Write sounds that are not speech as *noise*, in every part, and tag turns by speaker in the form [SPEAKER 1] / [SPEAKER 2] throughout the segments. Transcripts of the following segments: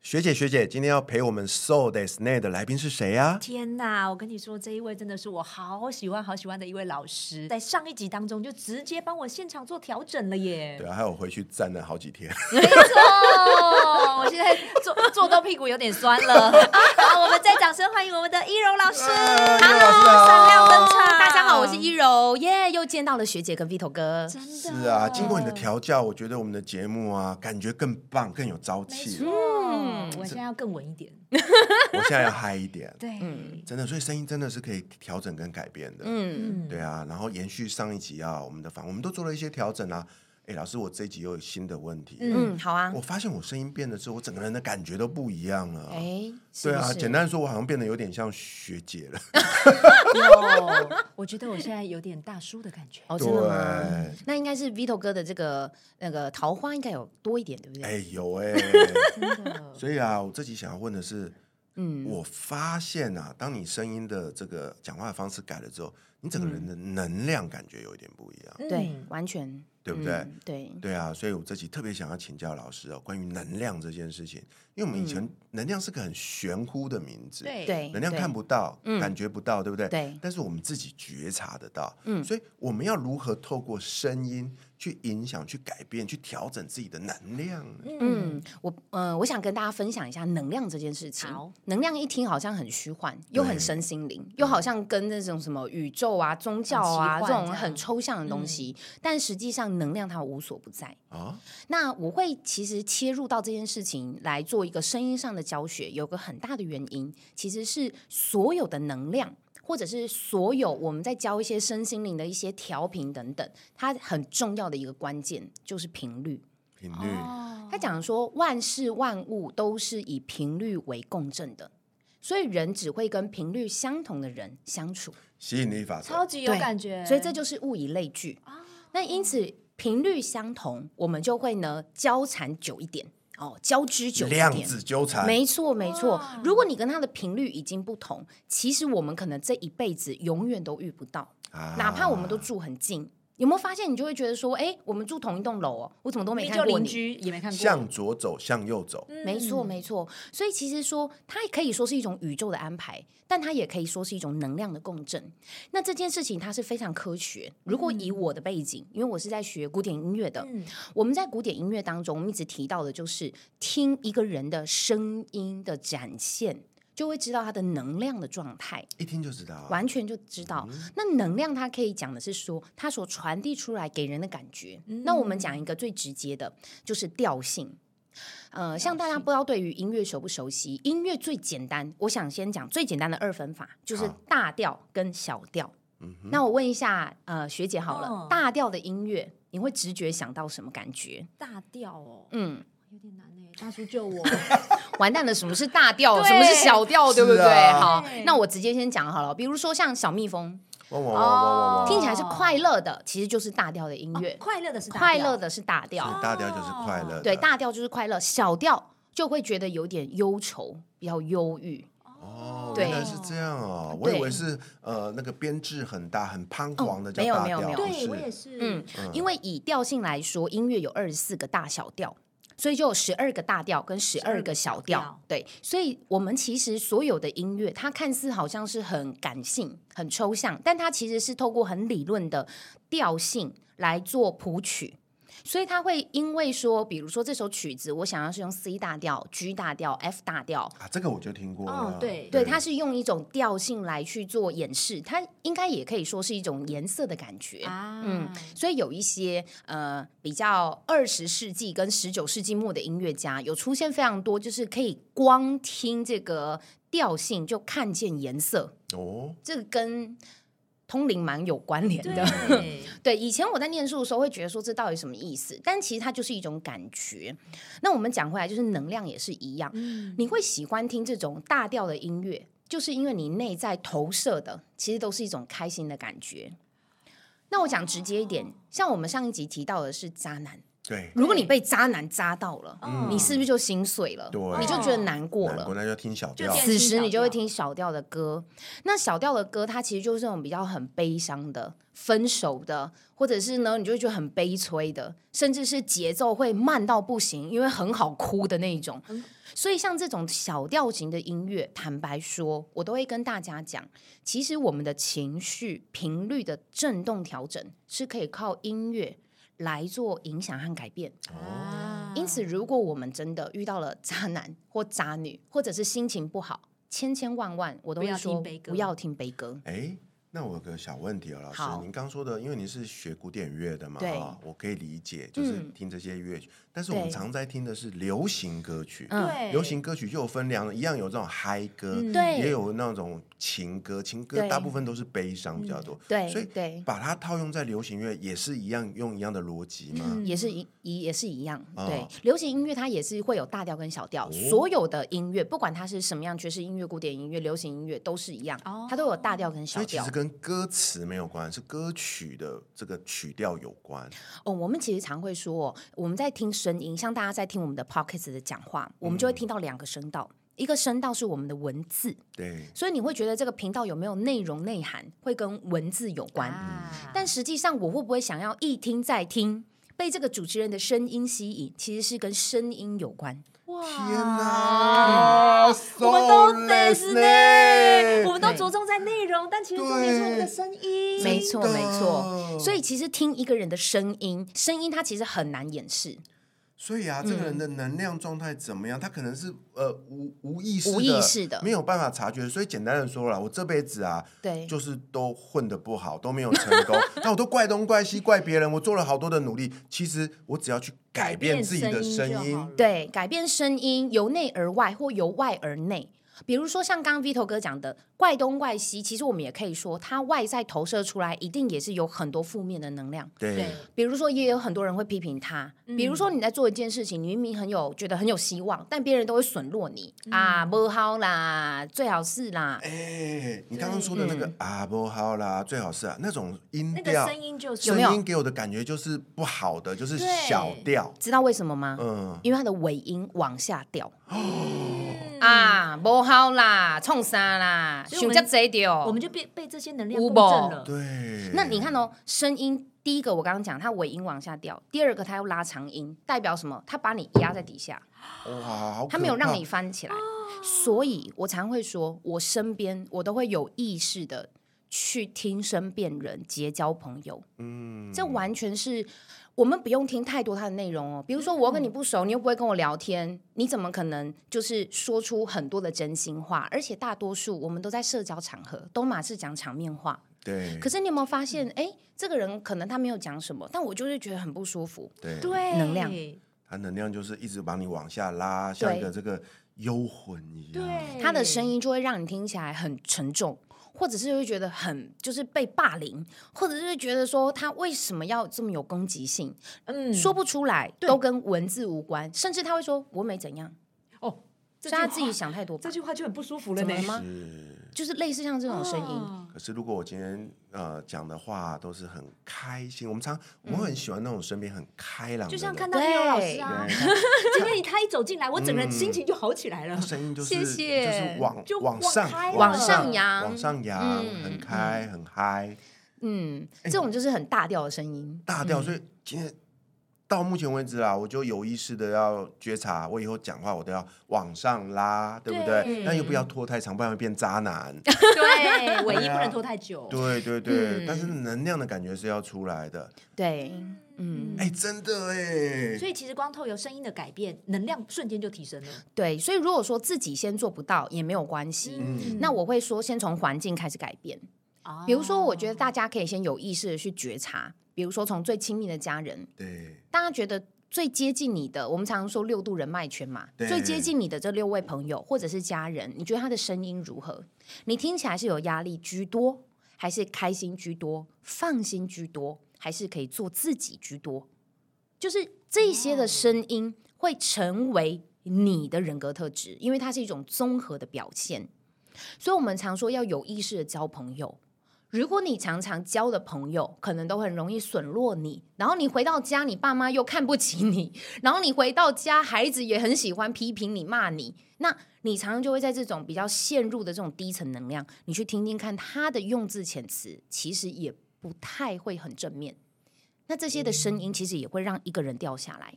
[SPEAKER 1] 学姐学姐，今天要陪我们 So Des Nay 的来宾是谁啊？
[SPEAKER 2] 天呐，我跟你说，这一位真的是我好喜欢、好喜欢的一位老师，在上一集当中就直接帮我现场做调整了耶
[SPEAKER 1] 对。啊，还有回去站了好几天。
[SPEAKER 2] 没错，我现在坐坐到屁股有点酸了。好，我们再掌声欢迎我们的一柔老师。
[SPEAKER 1] 嗨叶 *laughs* 老师好
[SPEAKER 2] 闪亮登场。
[SPEAKER 3] 大家好，我是一柔，耶、又见到了学姐跟 Vito 哥。
[SPEAKER 2] 真的
[SPEAKER 1] 是啊，经过你的调教，我觉得我们的节目啊，感觉更棒，更有朝气了。
[SPEAKER 2] 嗯，我现在要更稳一点。
[SPEAKER 1] 我现在要嗨一点，
[SPEAKER 2] 对，
[SPEAKER 1] 真的，所以声音真的是可以调整跟改变的。
[SPEAKER 3] 嗯，
[SPEAKER 2] 嗯，
[SPEAKER 1] 对啊，然后延续上一集啊，我们的访，我们都做了一些调整啊。哎，老师，我这一集又有新的问题。
[SPEAKER 2] 嗯
[SPEAKER 3] 嗯，好啊
[SPEAKER 1] 我。发现我声音变了之后，我整个人的感觉都不一样了。
[SPEAKER 3] 哎，是
[SPEAKER 1] 对啊，
[SPEAKER 3] 不是
[SPEAKER 1] 简单说，我好像变得有点像学姐了。
[SPEAKER 2] 有，我觉得我现在有点大叔的感觉。
[SPEAKER 3] 哦，真的吗？
[SPEAKER 1] 对，
[SPEAKER 3] 那应该是 Vito 哥的这个那个桃花应该有多一点，对不对？
[SPEAKER 1] 哎有
[SPEAKER 3] *laughs*
[SPEAKER 1] 哎，
[SPEAKER 2] 真的，
[SPEAKER 1] 所以啊，我这集想要问的是，
[SPEAKER 3] 嗯，
[SPEAKER 1] 我发现啊，当你声音的这个讲话的方式改了之后，你整个人的
[SPEAKER 3] 嗯
[SPEAKER 1] 能量感觉有一点不一样，
[SPEAKER 3] 对
[SPEAKER 2] 嗯，
[SPEAKER 3] 完全，
[SPEAKER 1] 对不对
[SPEAKER 3] 嗯对，
[SPEAKER 1] 对啊，所以我这集特别想要请教老师哦，关于能量这件事情，因为我们以前能量是个很玄乎的名字，
[SPEAKER 2] 对
[SPEAKER 3] 嗯对
[SPEAKER 1] 能量看不到，
[SPEAKER 3] 嗯
[SPEAKER 1] 感觉不到，对不对？
[SPEAKER 3] 对
[SPEAKER 1] 但是我们自己觉察得到，
[SPEAKER 3] 嗯
[SPEAKER 1] 所以我们要如何透过声音去影响、去改变、去调整自己的能量呢？
[SPEAKER 3] 嗯，我呃，我想跟大家分享一下能量这件事情
[SPEAKER 2] 好。
[SPEAKER 3] 能量一听好像很虚幻，又很身心灵，又好像跟那种什么宇宙啊、宗教啊
[SPEAKER 2] 很奇
[SPEAKER 3] 这嗯
[SPEAKER 2] 幻
[SPEAKER 3] 种很抽象的东西，但实际上能量它无所不在。
[SPEAKER 1] 啊，
[SPEAKER 3] 那我会其实切入到这件事情来做一个声音上的教学，有个很大的原因，其实是所有的能量，或者是所有我们在教一些身心灵的一些调频等等，它很重要的一个关键就是频率。
[SPEAKER 1] 频率，
[SPEAKER 2] 哦
[SPEAKER 3] 他讲说，万事万物都是以频率为共振的，所以人只会跟频率相同的人相处，
[SPEAKER 1] 吸引力法则
[SPEAKER 2] 超，级有
[SPEAKER 3] 对
[SPEAKER 2] 感觉，
[SPEAKER 3] 所以这就是物以类聚。那因
[SPEAKER 1] 哦
[SPEAKER 3] 此频率相同，我们就会呢交缠久一点，哦，交织久一
[SPEAKER 1] 量
[SPEAKER 3] 点。
[SPEAKER 1] 子纠缠，
[SPEAKER 3] 没错，没错
[SPEAKER 2] 哇。
[SPEAKER 3] 如果你跟他的频率已经不同，其实我们可能这一辈子永远都遇不到，
[SPEAKER 1] 啊
[SPEAKER 3] 哪怕我们都住很近。有没有发现，你就会觉得说，哎、我们住同一栋楼哦，我怎么都没
[SPEAKER 2] 明明
[SPEAKER 3] 看
[SPEAKER 2] 就
[SPEAKER 3] 过
[SPEAKER 2] 邻
[SPEAKER 3] 你。
[SPEAKER 2] 居也没看过，
[SPEAKER 1] 向左走，向右走，
[SPEAKER 2] 嗯
[SPEAKER 3] 没错，没错。所以其实说，它可以说是一种宇宙的安排，但它也可以说是一种能量的共振。那这件事情它是非常科学。如果以我的背景，因为我是在学古典音乐的，
[SPEAKER 2] 嗯
[SPEAKER 3] 我们在古典音乐当中，我们一直提到的就是听一个人的声音的展现，就会知道他的能量的状态。
[SPEAKER 1] 一听就知道啊。
[SPEAKER 3] 完全就知道。那能量它可以讲的是说，它所传递出来给人的感觉。那我们讲一个最直接的，就是调性。呃，像大家不知道对于音乐熟不熟悉，音乐最简单，我想先讲最简单的二分法，就是
[SPEAKER 1] 好
[SPEAKER 3] 大调跟小调。那我问一下，呃，学姐好了，
[SPEAKER 2] 哦
[SPEAKER 3] 大调的音乐你会直觉想到什么感觉？
[SPEAKER 2] 大调哦，
[SPEAKER 3] 嗯，
[SPEAKER 2] 有点难哎，大叔救
[SPEAKER 1] *laughs*
[SPEAKER 2] 我，
[SPEAKER 3] 完蛋了，什么是大调，
[SPEAKER 2] 对
[SPEAKER 3] 什么是小调，对不
[SPEAKER 1] 是
[SPEAKER 3] 对？
[SPEAKER 1] 啊
[SPEAKER 3] 好
[SPEAKER 2] 对，
[SPEAKER 3] 那我直接先讲好了，比如说像小蜜蜂，
[SPEAKER 1] 哇哇哇哇哇！
[SPEAKER 3] 哦听起来是快乐的，其实就是大调的音乐。
[SPEAKER 2] 快乐的哦是大调
[SPEAKER 3] 快乐，的是大调，
[SPEAKER 1] 对大调就是快乐的，
[SPEAKER 3] 对，大调就是快乐，小调就会觉得有点忧愁，比较忧郁。
[SPEAKER 1] 哦，
[SPEAKER 3] 对啊
[SPEAKER 1] 原来是这样哦，我以为是呃那个编制很大很彷徨的叫
[SPEAKER 3] 没有
[SPEAKER 1] 大
[SPEAKER 3] 哦没有
[SPEAKER 1] 调，
[SPEAKER 3] 没有
[SPEAKER 1] 不
[SPEAKER 2] 对我也
[SPEAKER 1] 是
[SPEAKER 2] 是，
[SPEAKER 3] 嗯，因为以调性来说，音乐有二十四个大小调。所以就有十二个大调跟十二
[SPEAKER 2] 个
[SPEAKER 3] 个
[SPEAKER 2] 小
[SPEAKER 3] 小
[SPEAKER 2] 调
[SPEAKER 3] 调，对，所以我们其实所有的音乐，它看似好像是很感性、很抽象，但它其实是透过很理论的调性来做谱曲。所以它会因为说，比如说这首曲子，我想要是用 C 大调、G 大调、F 大调，
[SPEAKER 1] 啊，这个我就听过了
[SPEAKER 2] 哦，对
[SPEAKER 1] 嗯
[SPEAKER 3] 对，它是用一种调性来去做演示，它应该也可以说是一种颜色的感觉。
[SPEAKER 2] 啊，
[SPEAKER 3] 嗯，所以有一些呃比较二十世纪跟十九世纪末的音乐家，有出现非常多，就是可以光听这个调性就看见颜色，
[SPEAKER 1] 哦，
[SPEAKER 3] 这个跟通灵蛮有关联的。
[SPEAKER 1] *laughs*
[SPEAKER 2] 对，
[SPEAKER 3] 对，以前我在念书的时候会觉得说这到底什么意思，但其实它就是一种感觉。那我们讲回来，就是能量也是一样，
[SPEAKER 1] 嗯
[SPEAKER 3] 你会喜欢听这种大调的音乐，就是因为你内在投射的其实都是一种开心的感觉。那我讲直接一点，像我们上一集提到的是渣男，
[SPEAKER 1] 对，
[SPEAKER 3] 如果你被渣男渣到了，
[SPEAKER 2] 嗯
[SPEAKER 3] 你是不是就心碎了？
[SPEAKER 1] 哦对
[SPEAKER 3] 你就觉得难过
[SPEAKER 1] 难
[SPEAKER 3] 了
[SPEAKER 1] 过。那就听小
[SPEAKER 2] 就
[SPEAKER 1] 调
[SPEAKER 2] 变，
[SPEAKER 3] 此时你就会听小调的歌，那小调的歌它其实就是那种比较很悲伤的、分手的，或者是呢，你就会觉得很悲催的，甚至是节奏会慢到不行，因为很好哭的那一种。所以像这种小调型的音乐，坦白说，我都会跟大家讲，其实我们的情绪频率的震动调整是可以靠音乐来做影响和改变。
[SPEAKER 1] 哦
[SPEAKER 2] 啊
[SPEAKER 3] 因此，如果我们真的遇到了渣男或渣女，或者是心情不好，千千万万我都
[SPEAKER 2] 不
[SPEAKER 3] 会
[SPEAKER 2] 要
[SPEAKER 3] 说
[SPEAKER 2] 听悲歌
[SPEAKER 3] 不要听悲歌。
[SPEAKER 1] 哎，那我有个小问题哦，老师
[SPEAKER 3] 好，
[SPEAKER 1] 您刚说的，因为您是学古典乐的嘛，
[SPEAKER 3] 对
[SPEAKER 1] 哈我可以理解，就是
[SPEAKER 3] 嗯
[SPEAKER 1] 听这些乐曲，但是我们
[SPEAKER 3] 对
[SPEAKER 1] 常在听的是流行歌曲。
[SPEAKER 3] 嗯
[SPEAKER 2] 对
[SPEAKER 1] 流行歌曲又有分两种，一样有这种嗨歌，
[SPEAKER 2] 嗯
[SPEAKER 3] 对
[SPEAKER 1] 也有那种情歌，情歌
[SPEAKER 3] 对嗯
[SPEAKER 1] 大部分都是悲伤比较多，
[SPEAKER 3] 对
[SPEAKER 1] 所以
[SPEAKER 3] 对，
[SPEAKER 1] 把它套用在流行乐也是一样，用一样的逻辑吗？
[SPEAKER 2] 嗯
[SPEAKER 3] 也是一一也是一样。
[SPEAKER 1] 哦
[SPEAKER 3] 对，流行音乐它也是会有大调跟小调，
[SPEAKER 1] 哦
[SPEAKER 3] 所有的音乐不管它是什么样，爵士音乐、古典音乐、流行音乐都是一样
[SPEAKER 2] 哦，
[SPEAKER 3] 它都有大调跟
[SPEAKER 1] 所
[SPEAKER 3] 小
[SPEAKER 1] 以其
[SPEAKER 3] 调
[SPEAKER 1] 实。跟歌词没有关，是歌曲的这个曲调有关。
[SPEAKER 3] 哦，我们其实常会说，哦我们在听声音，像大家在听我们的 p o c k e t 的讲话，我
[SPEAKER 1] 嗯
[SPEAKER 3] 们就会听到两个声道，一个声道是我们的文字，
[SPEAKER 1] 对，
[SPEAKER 3] 所以你会觉得这个频道有没有内容内涵，会跟文字有关。
[SPEAKER 2] 啊
[SPEAKER 3] 但实际上，我会不会想要一听再听？被这个主持人的声音吸引，其实是跟声音有关。
[SPEAKER 2] 哇
[SPEAKER 1] 天嗯哪，
[SPEAKER 2] 啊我们都得是呢，我们都
[SPEAKER 3] 对
[SPEAKER 2] 着重在内容，但其实重点是我们的声音。
[SPEAKER 3] 没错，
[SPEAKER 1] 真的
[SPEAKER 3] 没错。所以其实听一个人的声音，声音它其实很难掩饰，
[SPEAKER 1] 所以啊，这个
[SPEAKER 2] 嗯
[SPEAKER 1] 人的能量状态怎么样？他可能是呃无无意识的
[SPEAKER 3] 无意识的
[SPEAKER 1] 没有办法察觉。所以简单的说了，我这辈子啊，
[SPEAKER 3] 对
[SPEAKER 1] 就是都混的不好，都没有成
[SPEAKER 2] *laughs*
[SPEAKER 1] 功。那我都怪东怪西，怪别人，我做了好多的努力。其实我只要去改变自己的声
[SPEAKER 2] 改变声音就好
[SPEAKER 1] 音
[SPEAKER 2] 了，
[SPEAKER 3] 对，改变声音由内而外或由外而内。比如说像刚刚 Vito 哥讲的怪东怪西，其实我们也可以说，它外在投射出来一定也是有很多负面的能量。
[SPEAKER 1] 对
[SPEAKER 2] 对，
[SPEAKER 3] 比如说，也有很多人会批评他。
[SPEAKER 2] 嗯
[SPEAKER 3] 比如说，你在做一件事情，你明明很有觉得很有希望，但别人都会损落你、
[SPEAKER 2] 嗯
[SPEAKER 3] 啊，不好啦，最好是啦。
[SPEAKER 1] 哎，你刚刚说的那个啊不好啦，最好是啊那种音
[SPEAKER 2] 嗯那个
[SPEAKER 1] 调，
[SPEAKER 2] 声音就是
[SPEAKER 3] 有没有
[SPEAKER 1] 声音给我的感觉就是不好的，就是
[SPEAKER 2] 对
[SPEAKER 1] 小调，
[SPEAKER 3] 知道为什么吗？
[SPEAKER 1] 嗯，
[SPEAKER 3] 因为它的尾音往下掉、
[SPEAKER 2] 嗯
[SPEAKER 3] 啊，不好啦，冲啥啦，
[SPEAKER 2] 所以我
[SPEAKER 3] 想
[SPEAKER 2] 们
[SPEAKER 3] 这贼掉。
[SPEAKER 2] 我们就被被这些能量
[SPEAKER 3] 有
[SPEAKER 2] 共
[SPEAKER 3] 无
[SPEAKER 2] 振了。
[SPEAKER 1] 对。
[SPEAKER 3] 那你看哦，声音第一个我刚刚讲，它尾音往下掉；第二个，它要拉长音，代表什么？它把你压在底下。
[SPEAKER 1] 哇，好可
[SPEAKER 3] 他没有让
[SPEAKER 1] 怕
[SPEAKER 3] 你翻起来，所以我常会说，我身边我都会有意识的去听声辨人，结交朋友。
[SPEAKER 1] 嗯
[SPEAKER 3] 这完全是我们不用听太多它的内容哦。比如说，我跟你不熟，你又不会跟我聊天，你怎么可能就是说出很多的真心话？而且大多数我们都在社交场合，都马是讲场面话。
[SPEAKER 1] 对，
[SPEAKER 3] 可是你有没有发现，哎，这个人可能他没有讲什么，但我就是觉得很不舒服。
[SPEAKER 1] 对，
[SPEAKER 2] 对，
[SPEAKER 3] 能量
[SPEAKER 1] 它能量就是一直把你往下拉，像一
[SPEAKER 3] 对
[SPEAKER 1] 个这个幽魂一样。
[SPEAKER 2] 对，
[SPEAKER 3] 他的声音就会让你听起来很沉重，或者是会觉得很就是被霸凌，或者是觉得说他为什么要这么有攻击性，
[SPEAKER 2] 嗯
[SPEAKER 3] 说不出来，都跟文字无关，甚至他会说我没怎样，
[SPEAKER 2] 哦，这
[SPEAKER 3] 所
[SPEAKER 2] 句
[SPEAKER 3] 以
[SPEAKER 2] 话
[SPEAKER 3] 他自己想太多吧
[SPEAKER 2] 这，句话就很不舒服了
[SPEAKER 3] 怎
[SPEAKER 2] 呢
[SPEAKER 3] 么。了吗？
[SPEAKER 1] 是。
[SPEAKER 3] 就是类似像这种声音，
[SPEAKER 2] 哦
[SPEAKER 1] 可是如果我今天呃讲的话都是很开心，我们常我
[SPEAKER 3] 嗯
[SPEAKER 1] 们很喜欢那种身边很开朗的人，
[SPEAKER 2] 就像看到 Leo 老师
[SPEAKER 1] *laughs*
[SPEAKER 2] 啊，
[SPEAKER 1] 对，
[SPEAKER 2] 今天他一走进来，我整个人心情就好起来了
[SPEAKER 1] 他。声音就是
[SPEAKER 3] 谢谢
[SPEAKER 1] 就是往
[SPEAKER 2] 就
[SPEAKER 1] 往
[SPEAKER 2] 往
[SPEAKER 1] 上
[SPEAKER 2] 开了
[SPEAKER 3] 往上扬
[SPEAKER 1] 往上扬，
[SPEAKER 3] 嗯
[SPEAKER 1] 很开很嗨，
[SPEAKER 3] 嗯，这种就是很大调的声音，
[SPEAKER 1] 大调。所以今天到目前为止啦，我就有意识的要觉察，我以后讲话我都要往上拉，对不对
[SPEAKER 2] 对？
[SPEAKER 1] 但又不要拖太长，不然会变渣男。
[SPEAKER 2] *laughs* 对，尾音
[SPEAKER 1] 对
[SPEAKER 2] 不
[SPEAKER 1] 啊
[SPEAKER 2] 能拖太久。
[SPEAKER 1] 对对对，
[SPEAKER 3] 嗯
[SPEAKER 1] 但是能量的感觉是要出来的。
[SPEAKER 3] *laughs* 对，嗯。
[SPEAKER 1] 哎、真的哎
[SPEAKER 2] 所，以其实光透由声音的改变，能量瞬间就提升了。
[SPEAKER 3] 对，所以如果说自己先做不到也没有关系，
[SPEAKER 1] 嗯
[SPEAKER 3] 那我会说先从环境开始改变，
[SPEAKER 2] 哦
[SPEAKER 3] 啊比如说，我觉得大家可以先有意识的去觉察，比如说从最亲密的家人，
[SPEAKER 1] 对
[SPEAKER 3] 大家觉得最接近你的，我们常说六度人脉圈嘛，
[SPEAKER 1] 对
[SPEAKER 3] 最接近你的这六位朋友或者是家人，你觉得他的声音如何？你听起来是有压力居多，还是开心居多，放心居多，还是可以做自己居多？就是这些的声音会成为你的人格特质，因为它是一种综合的表现。所以我们常说要有意识的交朋友。如果你常常交的朋友，可能都很容易损落你，然后你回到家，你爸妈又看不起你，然后你回到家，孩子也很喜欢批评你、骂你，那你常常就会在这种比较陷入的这种低层能量，你去听听看他的用字遣词，其实也不太会很正面。那这些的声音其实也会让一个人掉下来。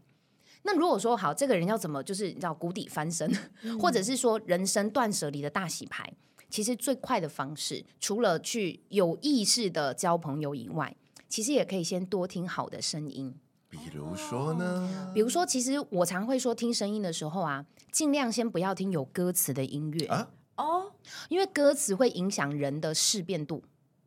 [SPEAKER 3] 那如果说好，这个人要怎么就是你知道谷底翻身，或者是说人生断舍离的大洗牌，其实最快的方式，除了去有意识的交朋友以外，其实也可以先多听好的声音。
[SPEAKER 1] 比如说呢？
[SPEAKER 3] 比如说，其实我常会说，听声音的时候啊，尽量先不要听有歌词的音乐，
[SPEAKER 1] 啊，
[SPEAKER 2] 哦
[SPEAKER 3] 因为歌词会影响人的识辨度。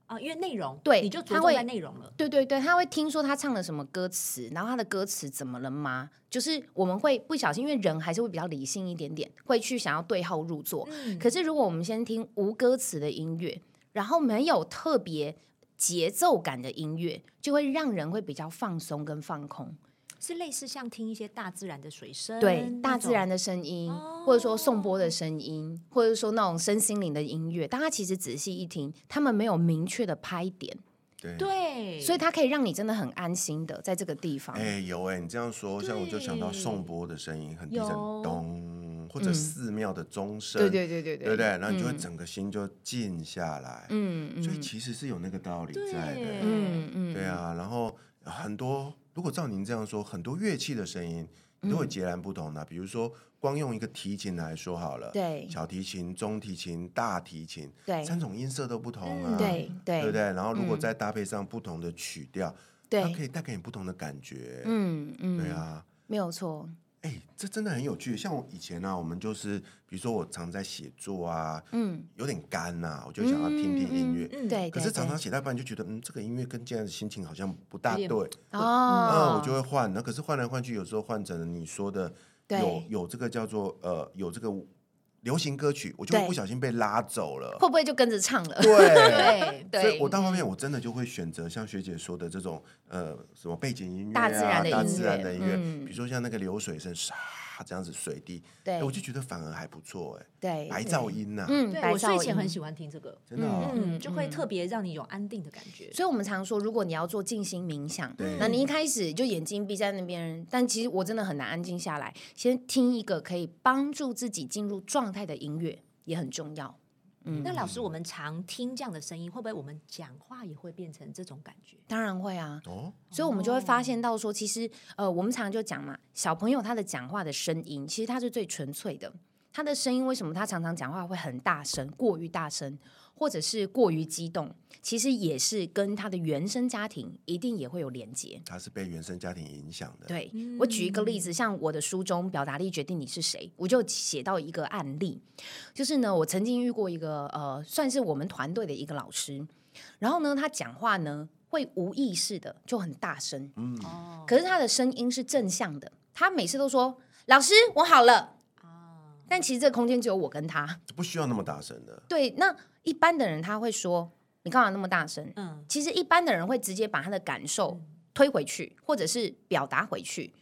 [SPEAKER 2] 啊，因为内容，
[SPEAKER 3] 对
[SPEAKER 2] 你就
[SPEAKER 3] 他
[SPEAKER 2] 着重
[SPEAKER 3] 会
[SPEAKER 2] 在内容了。
[SPEAKER 3] 对对对，他会听说他唱了什么歌词，然后他的歌词怎么了吗？就是我们会不小心，因为人还是会比较理性一点点，会去想要对号入座。
[SPEAKER 2] 嗯，
[SPEAKER 3] 可是如果我们先听无歌词的音乐，然后没有特别节奏感的音乐，就会让人会比较放松跟放空。
[SPEAKER 2] 是类似像听一些大自然的水声，
[SPEAKER 3] 对，
[SPEAKER 2] 那
[SPEAKER 3] 大自
[SPEAKER 2] 种
[SPEAKER 3] 然的声音，
[SPEAKER 2] 哦
[SPEAKER 3] 或者说颂钵的声音，或者说那种身心灵的音乐，大家其实仔细一听，他们没有明确的拍点，
[SPEAKER 1] 对。
[SPEAKER 2] 对，
[SPEAKER 3] 所以它可以让你真的很安心的在这个地方。
[SPEAKER 1] 哎、有哎、你这样说，像我就想到颂钵的声音很低沉
[SPEAKER 2] 有，
[SPEAKER 1] 咚，或者
[SPEAKER 3] 嗯
[SPEAKER 1] 寺庙的钟声、
[SPEAKER 3] 对对对对对，
[SPEAKER 1] 对不对？然后你就会
[SPEAKER 3] 嗯
[SPEAKER 1] 整个心就静下来，
[SPEAKER 3] 嗯嗯
[SPEAKER 1] 所以其实是有那个道理在
[SPEAKER 2] 对
[SPEAKER 1] 的，
[SPEAKER 3] 嗯嗯，
[SPEAKER 1] 对啊。然后很多，如果照您这样说，很多乐器的声音
[SPEAKER 3] 嗯
[SPEAKER 1] 都会截然不同的、比如说，光用一个提琴来说好了，
[SPEAKER 3] 对
[SPEAKER 1] 小提琴、中提琴、大提琴，
[SPEAKER 3] 对
[SPEAKER 1] 三种音色都不同啊，
[SPEAKER 2] 嗯
[SPEAKER 3] 对对
[SPEAKER 1] 对不对？然后如果
[SPEAKER 3] 嗯
[SPEAKER 1] 再搭配上不同的曲调，它可
[SPEAKER 3] 对，
[SPEAKER 1] 以带给你不同的感觉，
[SPEAKER 3] 嗯嗯，
[SPEAKER 1] 对，啊。
[SPEAKER 3] 没有错，
[SPEAKER 1] 哎、这真的很有趣。像我以前呢、啊我们就是，比如说我常在写作啊，
[SPEAKER 3] 嗯，
[SPEAKER 1] 有点干呐、我就想要听听音乐。
[SPEAKER 2] 嗯，
[SPEAKER 3] 对，
[SPEAKER 1] 可
[SPEAKER 3] 对
[SPEAKER 1] 是常
[SPEAKER 3] 对
[SPEAKER 1] 常写到一半就觉得，嗯，这个音乐跟现在的心情好像不大
[SPEAKER 2] 有
[SPEAKER 1] 对，
[SPEAKER 2] 点
[SPEAKER 1] 那
[SPEAKER 3] 哦，
[SPEAKER 1] 嗯我就会换。那可是换来换去，有时候换成了你说的有
[SPEAKER 3] 对，
[SPEAKER 1] 有这个叫做呃有这个流行歌曲，我就会
[SPEAKER 3] 对
[SPEAKER 1] 不小心被拉走了。
[SPEAKER 3] 会不会就跟着唱了？
[SPEAKER 1] 对。
[SPEAKER 2] 对，
[SPEAKER 1] 所以
[SPEAKER 3] 对，
[SPEAKER 1] 我到后面我真的就会选择像学姐说的这种呃什么背景音乐、啊、
[SPEAKER 3] 大自然的
[SPEAKER 1] 大
[SPEAKER 3] 音
[SPEAKER 1] 自然
[SPEAKER 3] 乐
[SPEAKER 1] 的音乐，
[SPEAKER 3] 嗯
[SPEAKER 1] 比如说像那个流水声沙这样子水滴，
[SPEAKER 3] 对
[SPEAKER 1] 哎我就觉得反而还不错哎、
[SPEAKER 3] 对
[SPEAKER 1] 白噪，音呐、啊
[SPEAKER 3] 嗯，
[SPEAKER 2] 对
[SPEAKER 3] 白
[SPEAKER 2] 我睡
[SPEAKER 3] 噪
[SPEAKER 2] 前很
[SPEAKER 3] 音。
[SPEAKER 2] 喜欢听这个，
[SPEAKER 1] 真的、哦
[SPEAKER 2] 嗯，
[SPEAKER 3] 嗯
[SPEAKER 2] 就会
[SPEAKER 3] 嗯
[SPEAKER 2] 特别让你有安定的感觉。
[SPEAKER 3] 所以我们常说，如果你要做静心冥想
[SPEAKER 1] 对，
[SPEAKER 3] 那你一开始就眼睛闭在那边，但其实我真的很难安静下来。先听一个可以帮助自己进入状态的音乐也很重要。
[SPEAKER 2] 那老
[SPEAKER 1] 嗯
[SPEAKER 2] 师，我们常听这样的声音，会不会我们讲话也会变成这种感觉？
[SPEAKER 3] 当然会啊，
[SPEAKER 1] 哦，
[SPEAKER 3] 所以我们就会发现到说，其实呃，我们常常就讲嘛，小朋友他的讲话的声音，其实他是最纯粹的。他的声音为什么他常常讲话会很大声，过于大声，或者是过于激动？其实也是跟他的原生家庭一定也会有连接。
[SPEAKER 1] 他是被原生家庭影响的，
[SPEAKER 3] 对我举一个例子，像我的书中《表达力决定你是谁》，我就写到一个案例，就是呢，我曾经遇过一个呃，算是我们团队的一个老师，然后呢，他讲话呢会无意识的就很大声，
[SPEAKER 1] 嗯，
[SPEAKER 2] 哦，
[SPEAKER 3] 可是他的声音是正向的，他每次都说：“老师，我好了。”但其实这个空间只有我跟他。
[SPEAKER 1] 不需要那么大声的，
[SPEAKER 3] 对，那一般的人他会说：“你干嘛那么大声？”
[SPEAKER 2] 嗯，
[SPEAKER 3] 其实一般的人会直接把他的感受推回去，或者是表达回去。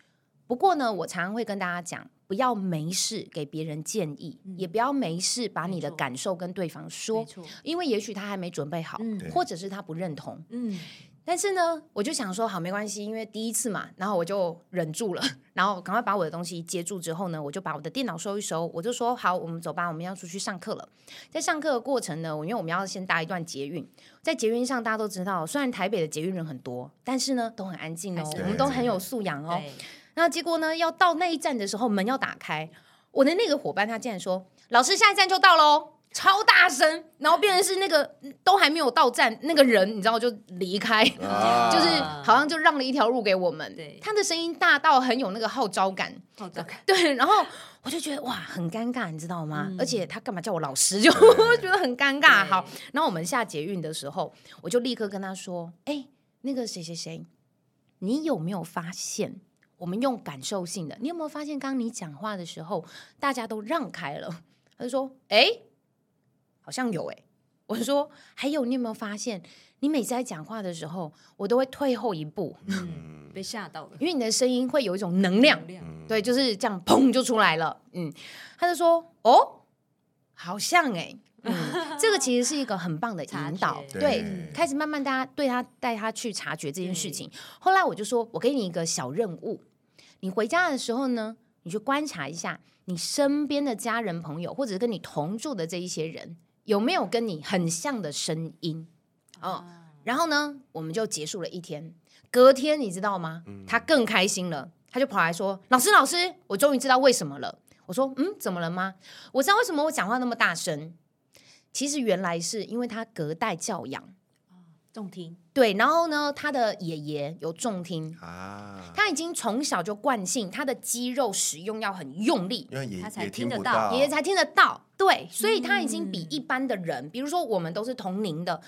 [SPEAKER 3] 不过呢，我常常会跟大家讲，不要没事给别人建议，也不要没事把你的
[SPEAKER 2] 嗯没错
[SPEAKER 3] 感受跟对方说
[SPEAKER 2] 没，错，
[SPEAKER 3] 因为也许他还没准备好，
[SPEAKER 2] 嗯
[SPEAKER 3] 或者是他不认同。
[SPEAKER 2] 嗯，
[SPEAKER 3] 但是呢，我就想说，好，没关系，因为第一次嘛，然后我就忍住了，然后赶快把我的东西接住之后呢，我就把我的电脑收一收，我就说好，我们走吧，我们要出去上课了。在上课的过程呢，我因为我们要先搭一段捷运，在捷运上大家都知道，虽然台北的捷运人很多，但是呢都很安静哦
[SPEAKER 2] 还，是
[SPEAKER 3] 我们都很有素养哦。
[SPEAKER 2] 对，
[SPEAKER 3] 那结果呢，要到那一站的时候，门要打开，我的那个伙伴他竟然说：“老师，下一站就到喽！”超大声，然后变成是那个嗯都还没有到站那个人，你知道就离开，
[SPEAKER 1] 啊
[SPEAKER 3] 就是好像就让了一条路给我们。
[SPEAKER 2] 对
[SPEAKER 3] 他的声音大到很有那个号召感，
[SPEAKER 2] 好的，
[SPEAKER 3] *laughs* 对，然后我就觉得哇，很尴尬，你知道吗？而且他干嘛叫我老师，就
[SPEAKER 1] 对
[SPEAKER 3] 我 *laughs* 觉得很尴尬。
[SPEAKER 2] 对
[SPEAKER 3] 好，然后我们下捷运的时候，我就立刻跟他说：“哎、那个谁谁谁，你有没有发现？”我们用感受性的，你有没有发现，刚刚你讲话的时候，大家都让开了？他就说：“哎、好像有哎、我就说：“还有，你有没有发现，你每次在讲话的时候，我都会退后一步，
[SPEAKER 2] 嗯，被吓到了，
[SPEAKER 3] 因为你的声音会有一种能量
[SPEAKER 2] 能，量
[SPEAKER 3] 对，嗯就是这样，砰就出来了。嗯，他就说：“哦，好像哎、嗯，这个其实是一个很棒的
[SPEAKER 2] 察
[SPEAKER 3] 引导，
[SPEAKER 2] 觉
[SPEAKER 3] 对
[SPEAKER 1] 对，
[SPEAKER 3] 开始慢慢大家对他带他去察觉这件事情。后来我就说，我给你一个小任务，你回家的时候呢，你去观察一下你身边的家人朋友，或者是跟你同住的这一些人，有没有跟你很像的声音哦。然后呢，我们就结束了一天。隔天你知道吗？他更开心了，他就跑来说：“老师，老师，我终于知道为什么了。”我说：“嗯，怎么了吗？我知道为什么我讲话那么大声。其实原来是因为他隔代教养，
[SPEAKER 2] 重听，
[SPEAKER 3] 对。然后呢，他的爷爷有重听，
[SPEAKER 1] 啊，
[SPEAKER 3] 他已经从小就惯性，他的肌肉使用要很用力，
[SPEAKER 1] 因为也
[SPEAKER 2] 他才
[SPEAKER 1] 也
[SPEAKER 2] 听得
[SPEAKER 1] 不
[SPEAKER 2] 到
[SPEAKER 1] 到，
[SPEAKER 3] 爷爷才听得到。对，所以他已经比
[SPEAKER 2] 嗯
[SPEAKER 3] 一般的人，比如说我们都是同龄的，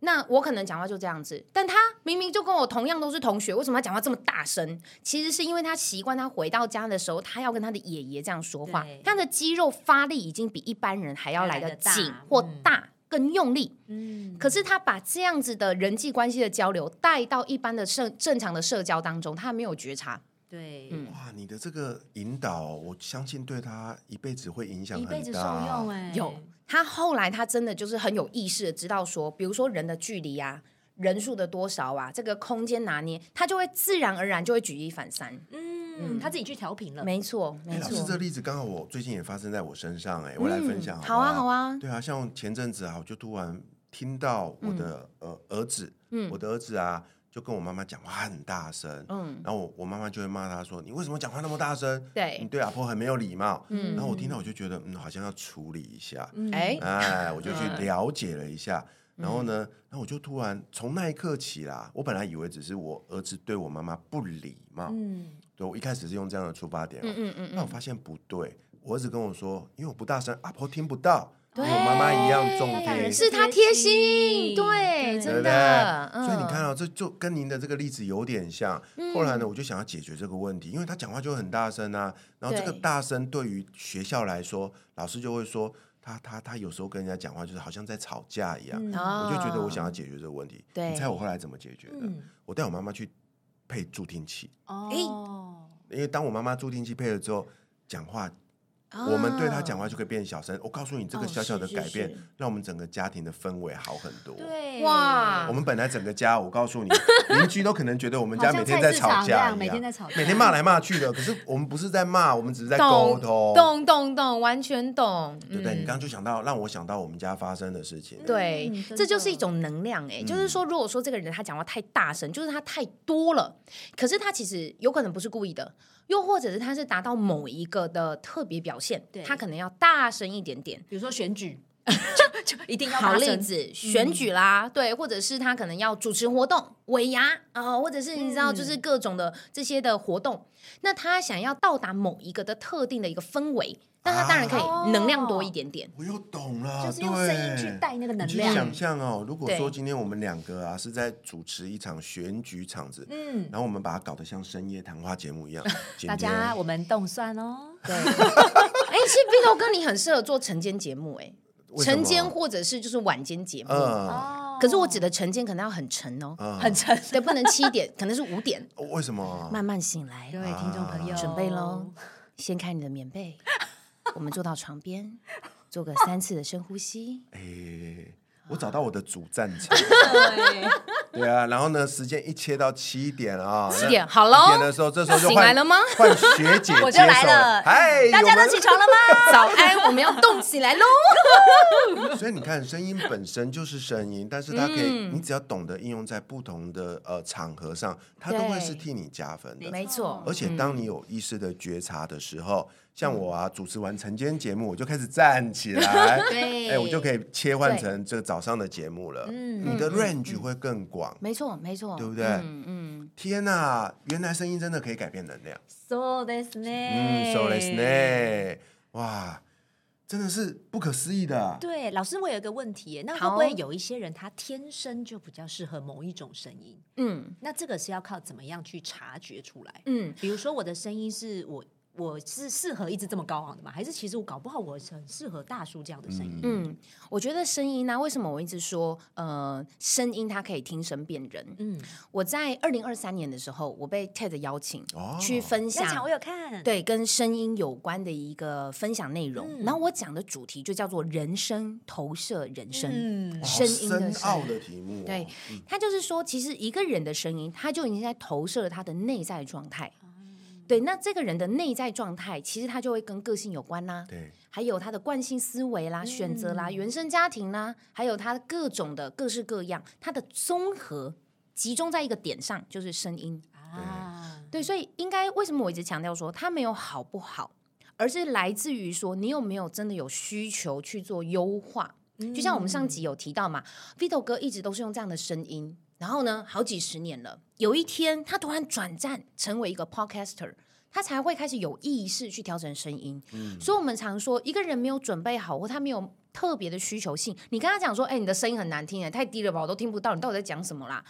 [SPEAKER 3] 那我可能讲话就这样子，但他明明就跟我同样都是同学，为什么他讲话这么大声？其实是因为他习惯，他回到家的时候，他要跟他的爷爷这样说话
[SPEAKER 2] 对，
[SPEAKER 3] 他的肌肉发力已经比一般人还要来得
[SPEAKER 2] 还来
[SPEAKER 3] 紧
[SPEAKER 2] 得大
[SPEAKER 3] 或
[SPEAKER 2] 嗯
[SPEAKER 3] 大，更用力。
[SPEAKER 2] 嗯，
[SPEAKER 3] 可是他把这样子的人际关系的交流带到一般的社正常的社交当中，他没有觉察，
[SPEAKER 2] 对，
[SPEAKER 3] 嗯
[SPEAKER 1] 哇，你的这个引导，我相信对他一辈子会影响
[SPEAKER 2] 一
[SPEAKER 1] 很大。啊
[SPEAKER 2] 辈子受用哎、
[SPEAKER 3] 有他后来他真的就是很有意识的知道说，比如说人的距离啊。人数的多少啊，这个空间拿捏，他就会自然而然就会举一反三。
[SPEAKER 2] 嗯，他自己去调频了，
[SPEAKER 3] 没错，没
[SPEAKER 1] 哎老师，这
[SPEAKER 3] 错
[SPEAKER 1] 个。例子刚好我最近也发生在我身上、哎，我来分享好、
[SPEAKER 3] 嗯
[SPEAKER 1] 不
[SPEAKER 3] 好啊，好。啊。
[SPEAKER 1] 对啊，像前阵子啊，我就突然听到我的、呃儿子，
[SPEAKER 3] 嗯
[SPEAKER 1] 我的儿子啊，就跟我妈妈讲话很大声，
[SPEAKER 3] 嗯，
[SPEAKER 1] 然后我我妈妈就会骂他说：“你为什么讲话那么大声？你
[SPEAKER 3] 对，
[SPEAKER 1] 对阿婆很没有礼貌。”
[SPEAKER 3] 嗯
[SPEAKER 1] 然后我听到我就觉得，嗯，好像要处理一下，
[SPEAKER 2] 嗯
[SPEAKER 3] 哎
[SPEAKER 1] 哎，我就去
[SPEAKER 3] 嗯
[SPEAKER 1] 了解了一下。然后呢，然后我就突然从那一刻起啦，我本来以为只是我儿子对我妈妈不礼貌，
[SPEAKER 2] 嗯，
[SPEAKER 1] 对我一开始是用这样的出发点哦、
[SPEAKER 3] 嗯嗯嗯
[SPEAKER 1] 那我
[SPEAKER 3] 嗯，
[SPEAKER 1] 发现不对，我儿子跟我说，因为我不大声，阿婆听不到，跟
[SPEAKER 3] 对
[SPEAKER 1] 我妈妈一样重
[SPEAKER 2] 那两
[SPEAKER 1] 听
[SPEAKER 2] 人，
[SPEAKER 3] 是他贴心，
[SPEAKER 2] 对
[SPEAKER 3] 对，
[SPEAKER 1] 对不
[SPEAKER 3] 真
[SPEAKER 1] 对
[SPEAKER 3] 的。？
[SPEAKER 1] 所以你
[SPEAKER 3] 嗯
[SPEAKER 1] 看，到、哦这就跟您的这个例子有点像。后来呢，我就想要解决这个问题，因为他讲话就很大声啊，然后这个
[SPEAKER 3] 对
[SPEAKER 1] 大声对于学校来说，老师就会说他他他有时候跟人家讲话就是好像在吵架一样。
[SPEAKER 2] 嗯
[SPEAKER 1] 我就觉得我
[SPEAKER 3] 哦
[SPEAKER 1] 想要解决这个问题，
[SPEAKER 3] 对
[SPEAKER 1] 你猜我后来怎么解决的？
[SPEAKER 2] 嗯
[SPEAKER 1] 我带我妈妈去配助听器，
[SPEAKER 3] 哎
[SPEAKER 2] 哦，
[SPEAKER 1] 因为当我妈妈助听器配了之后，讲话
[SPEAKER 3] 嗯
[SPEAKER 1] 我们对他讲
[SPEAKER 3] 话，
[SPEAKER 1] 话就可以变小
[SPEAKER 2] 啊
[SPEAKER 1] 声。我告诉你，这个
[SPEAKER 3] 哦
[SPEAKER 1] 小小的
[SPEAKER 3] 是是
[SPEAKER 1] 改变，
[SPEAKER 3] 是
[SPEAKER 1] 让我们整个家庭的氛围好很多。
[SPEAKER 2] 对，啊
[SPEAKER 3] 哇
[SPEAKER 1] 我们本来整个家，我告诉你，邻居都可能觉得我们
[SPEAKER 2] 好
[SPEAKER 1] 家
[SPEAKER 2] 像
[SPEAKER 1] 每天
[SPEAKER 2] 菜
[SPEAKER 1] 在
[SPEAKER 2] 市
[SPEAKER 1] 吵
[SPEAKER 2] 场这
[SPEAKER 1] 架
[SPEAKER 2] 样
[SPEAKER 1] 一
[SPEAKER 2] 每
[SPEAKER 1] 样，
[SPEAKER 2] 天在吵架，
[SPEAKER 1] 每天骂来骂去的。可是我们不是在骂，我们只是在沟
[SPEAKER 3] 懂
[SPEAKER 1] 通，
[SPEAKER 3] 懂懂懂，完全懂，
[SPEAKER 1] 对不对？
[SPEAKER 3] 嗯
[SPEAKER 1] 你刚刚就想到，让我想到我们家发生的事情。
[SPEAKER 3] 对，
[SPEAKER 2] 嗯真
[SPEAKER 3] 这就是
[SPEAKER 2] 的
[SPEAKER 3] 一种能量哎、
[SPEAKER 1] 嗯
[SPEAKER 3] 就是说，如果说这个人他讲话太大声，就是他太多了，可是他其实有可能不是故意的，又或者是他是达到某一个的特别表现
[SPEAKER 2] 对，
[SPEAKER 3] 他可能要大声一点点。
[SPEAKER 2] 比如说选举，就 *laughs* 就一定要
[SPEAKER 3] 好
[SPEAKER 2] 大
[SPEAKER 3] 例
[SPEAKER 2] 声，嗯
[SPEAKER 3] 子，选举啦，对，或者是他可能要主持活动、尾牙啊、或者是你知道，
[SPEAKER 2] 嗯
[SPEAKER 3] 就是各种的这些的活动，那他想要到达某一个的特定的一个氛围，那他当然可
[SPEAKER 2] 啊
[SPEAKER 3] 以能量多一点点。
[SPEAKER 1] 我又懂了，
[SPEAKER 2] 就是用声音去
[SPEAKER 1] 啊对
[SPEAKER 2] 带那个能
[SPEAKER 1] 你去
[SPEAKER 2] 量，
[SPEAKER 1] 想象哦，如果
[SPEAKER 3] 对
[SPEAKER 1] 说今天我们两个啊是在主持一场选举场子，
[SPEAKER 2] 嗯，
[SPEAKER 1] 然后我们把它搞得像深夜谈话节目
[SPEAKER 3] *laughs*
[SPEAKER 1] 一样，今
[SPEAKER 2] 大
[SPEAKER 1] 天
[SPEAKER 2] 家我们动算哦，
[SPEAKER 3] 对，哎、其实 Vito 哥你很适合做晨间节目、哎，
[SPEAKER 1] 为什么
[SPEAKER 3] 晨间或者是就是晚间节目。
[SPEAKER 1] 嗯，
[SPEAKER 2] 哦，
[SPEAKER 3] 可是我指的晨间可能要很晨哦，
[SPEAKER 1] 嗯
[SPEAKER 2] 很诚实，
[SPEAKER 3] 对，不能七点，可能是五点，
[SPEAKER 1] 哦为什么？
[SPEAKER 3] *laughs* 慢慢醒来
[SPEAKER 2] 各，位听众
[SPEAKER 1] 啊
[SPEAKER 2] 朋友
[SPEAKER 3] 准备喽，掀开你的棉 *laughs* 被，我们坐到床边，做 *laughs* 个三次的深呼吸。
[SPEAKER 1] 哎、我找到我的主战
[SPEAKER 3] *laughs*
[SPEAKER 1] 场。对啊，然后呢，时间一切到七点啊、
[SPEAKER 3] 七点
[SPEAKER 1] 那
[SPEAKER 3] 好咯
[SPEAKER 1] 七点的时候，这时候就
[SPEAKER 3] 醒
[SPEAKER 1] 换
[SPEAKER 3] 来了吗？
[SPEAKER 1] 换学
[SPEAKER 3] *laughs*
[SPEAKER 1] 姐
[SPEAKER 2] 我就
[SPEAKER 1] 接手
[SPEAKER 2] 来了
[SPEAKER 1] 嗨，
[SPEAKER 2] 大家
[SPEAKER 1] 有
[SPEAKER 2] 都
[SPEAKER 1] 没
[SPEAKER 2] 起 *laughs* 床了吗？
[SPEAKER 3] 早安，哎我们要动起来喽！
[SPEAKER 1] 有所以你看，声音本身就是声音，但是它可以，
[SPEAKER 3] 嗯
[SPEAKER 1] 你只要懂得应用在不同的呃场合上，它都会是
[SPEAKER 3] 对
[SPEAKER 1] 替你加分的。
[SPEAKER 3] 没错
[SPEAKER 1] 而，且当你有意识的觉察的时候，
[SPEAKER 3] 嗯
[SPEAKER 1] 像我啊，主持完晨间节目，我就开始站起
[SPEAKER 3] *laughs*
[SPEAKER 1] 来，
[SPEAKER 2] 对
[SPEAKER 1] 哎，我就可以切换
[SPEAKER 3] 对
[SPEAKER 1] 成这个早上的节目了。
[SPEAKER 2] 嗯
[SPEAKER 1] 你的 range 会更广。
[SPEAKER 3] 没错，没错，
[SPEAKER 1] 对不对
[SPEAKER 3] 嗯嗯，
[SPEAKER 1] 天呐、原来声音真的可以改变能量。
[SPEAKER 2] ，so this 呢，
[SPEAKER 1] 嗯，so let's n 哇，真的是不可思议的。
[SPEAKER 2] 对，老师，我有一个问题耶，那会不
[SPEAKER 3] 好
[SPEAKER 2] 会有一些人他天生就比较适合某一种声音？
[SPEAKER 3] 嗯
[SPEAKER 2] 那这个是要靠怎么样去察觉出来？
[SPEAKER 3] 嗯，
[SPEAKER 2] 比如说我的声音是我我是适合一直这么高昂的吗？还是其实我搞不好我是很适合大叔这样的声音？
[SPEAKER 3] 嗯，我觉得声音呢、啊为什么我一直说，呃，声音它可以听声辨人。
[SPEAKER 2] 嗯，
[SPEAKER 3] 我在二零二三年的时候，我被 TED 邀请
[SPEAKER 1] 哦
[SPEAKER 3] 去分
[SPEAKER 2] 那场
[SPEAKER 3] 享
[SPEAKER 2] 我，有看，
[SPEAKER 3] 对跟声音有关的一个分享内容。
[SPEAKER 2] 嗯
[SPEAKER 3] 然后我讲的主题就叫做“人声投射人生”。
[SPEAKER 2] 嗯
[SPEAKER 1] 好
[SPEAKER 3] 声音的
[SPEAKER 1] 深
[SPEAKER 3] 声
[SPEAKER 1] 奥的题目哦，
[SPEAKER 3] 对，他就是说，其实一个人的声音，他就已经在投射了他的内在状态。
[SPEAKER 2] 哦
[SPEAKER 3] 对，那这个人的内在状态，其实他就会跟个性有关啦，
[SPEAKER 1] 对，
[SPEAKER 3] 还有他的惯性思维啦、选择啦、
[SPEAKER 2] 嗯
[SPEAKER 3] 原生家庭啦，还有他各种的各式各样，他的综合集中在一个点上，就是声音。
[SPEAKER 2] 啊，
[SPEAKER 3] 对，所以应该为什么我一直强调说它没有好不好，而是来自于说你有没有真的有需求去做优化。就像我们上集有提到嘛，Vito 哥一直都是用这样的声音，然后呢，好几十年了，有一天他突然转战成为一个 podcaster。他才会开始有意识去调整声音，所以我们常说，一个人没有准备好，或他没有特别的需求性，你跟他讲说，哎、你的声音很难听，哎，太低了吧，我都听不到，你到底在讲什么啦？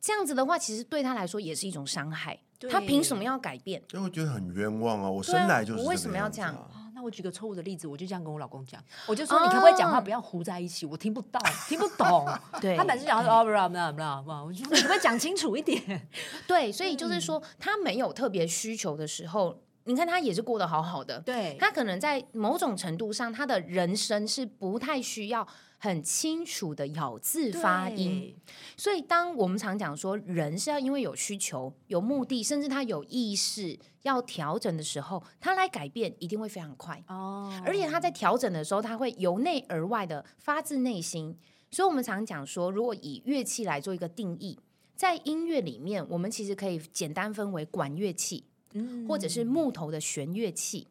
[SPEAKER 3] 这样子的话，其实对他来说也是一种伤害。
[SPEAKER 2] 对
[SPEAKER 3] 他凭什么要改变？
[SPEAKER 1] 因为我觉得很冤枉啊，我
[SPEAKER 3] 对啊
[SPEAKER 1] 生来就是
[SPEAKER 3] 我为
[SPEAKER 1] 这
[SPEAKER 3] 什
[SPEAKER 1] 个
[SPEAKER 3] 么要
[SPEAKER 1] 样子
[SPEAKER 3] 这样
[SPEAKER 1] 啊？
[SPEAKER 2] 啊那我举个错误的例子，我就这样跟我老公讲，我就
[SPEAKER 3] 哦
[SPEAKER 2] 说你可不可以讲话不要糊在一起，我听不到，听不
[SPEAKER 3] *laughs*
[SPEAKER 2] 懂。
[SPEAKER 3] 对
[SPEAKER 2] 他每次讲说哦不啦不啦不啦不啦，我就说你可不可以讲清楚一点？ *laughs*
[SPEAKER 3] 对，嗯所以就是说，他没有特别需求的时候，你看他也是过得好好的。
[SPEAKER 2] 对，
[SPEAKER 3] 他可能在某种程度上，他的人生是不太需要很清楚的咬字发音。所以，当我们常讲说人是要因为有需求、有目的，甚至他有意识要调整的时候，他来改变一定会非常快。
[SPEAKER 2] 哦，
[SPEAKER 3] 而且他在调整的时候，他会由内而外的发自内心。所以我们常讲说，如果以乐器来做一个定义，在音乐里面，我们其实可以简单分为管乐器，
[SPEAKER 2] 嗯
[SPEAKER 3] 或者是木头的弦乐器。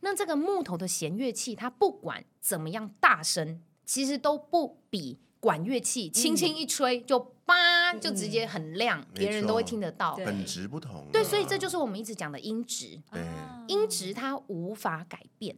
[SPEAKER 3] 那这个木头的弦乐器，它不管怎么样大声，其实都不比管乐器轻
[SPEAKER 2] 嗯
[SPEAKER 3] 轻一吹就叭就直接很亮，别人都会听得到。
[SPEAKER 2] 对
[SPEAKER 1] 本质不同啊，
[SPEAKER 3] 对，所以这就是我们一直讲的音质。
[SPEAKER 1] 对
[SPEAKER 2] 啊
[SPEAKER 3] 音质它无法改变，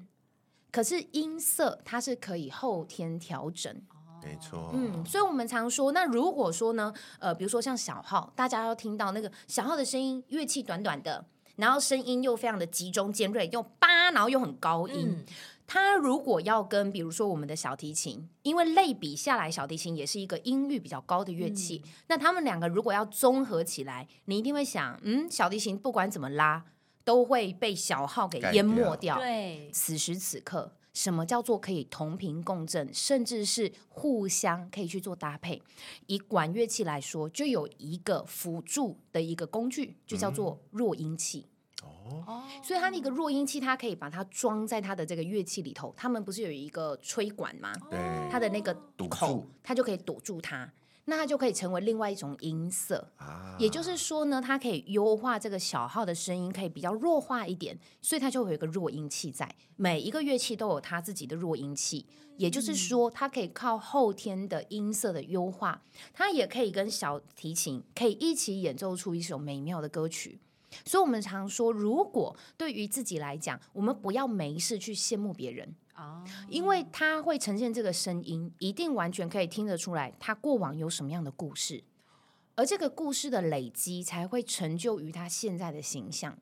[SPEAKER 3] 可是音色它是可以后天调整。
[SPEAKER 1] 没错，
[SPEAKER 3] 嗯，所以我们常说，那如果说呢，呃，比如说像小号，大家要听到那个小号的声音，乐器短短的，然后声音又非常的集中尖锐，又叭，然后又很高音。
[SPEAKER 2] 嗯
[SPEAKER 3] 它如果要跟比如说我们的小提琴，因为类比下来，小提琴也是一个音律比较高的乐器，那他们两个如果要综合起来，你一定会想，嗯，小提琴不管怎么拉，都会被小号给
[SPEAKER 1] 盖
[SPEAKER 3] 淹没掉。
[SPEAKER 2] 对
[SPEAKER 3] 此时此刻，什么叫做可以同频共振，甚至是互相可以去做搭配？以管乐器来说，就有一个辅助的一个工具，就叫做弱音器。
[SPEAKER 1] 哦，
[SPEAKER 2] 哦，
[SPEAKER 3] 所以它那个弱音器，它可以把它装在它的这个乐器里头。他们不是有一个吹管吗？
[SPEAKER 1] 对，
[SPEAKER 3] 它的那个
[SPEAKER 1] 堵
[SPEAKER 3] 口
[SPEAKER 1] 住，
[SPEAKER 3] 它就可以堵住它，那它就可以成为另外一种音色。
[SPEAKER 1] 啊，
[SPEAKER 3] 也就是说呢，它可以优化这个小号的声音，可以比较弱化一点，所以它就会有一个弱音器在。每一个乐器都有它自己的弱音器，也就是说，它可以靠后天的音色的优化，它也可以跟小提琴可以一起演奏出一首美妙的歌曲。所以，我们常说，如果对于自己来讲，我们不要没事去羡慕别人，
[SPEAKER 2] 啊，
[SPEAKER 3] 因为他会呈现这个声音，一定完全可以听得出来他过往有什么样的故事，而这个故事的累积才会成就于他现在的形象。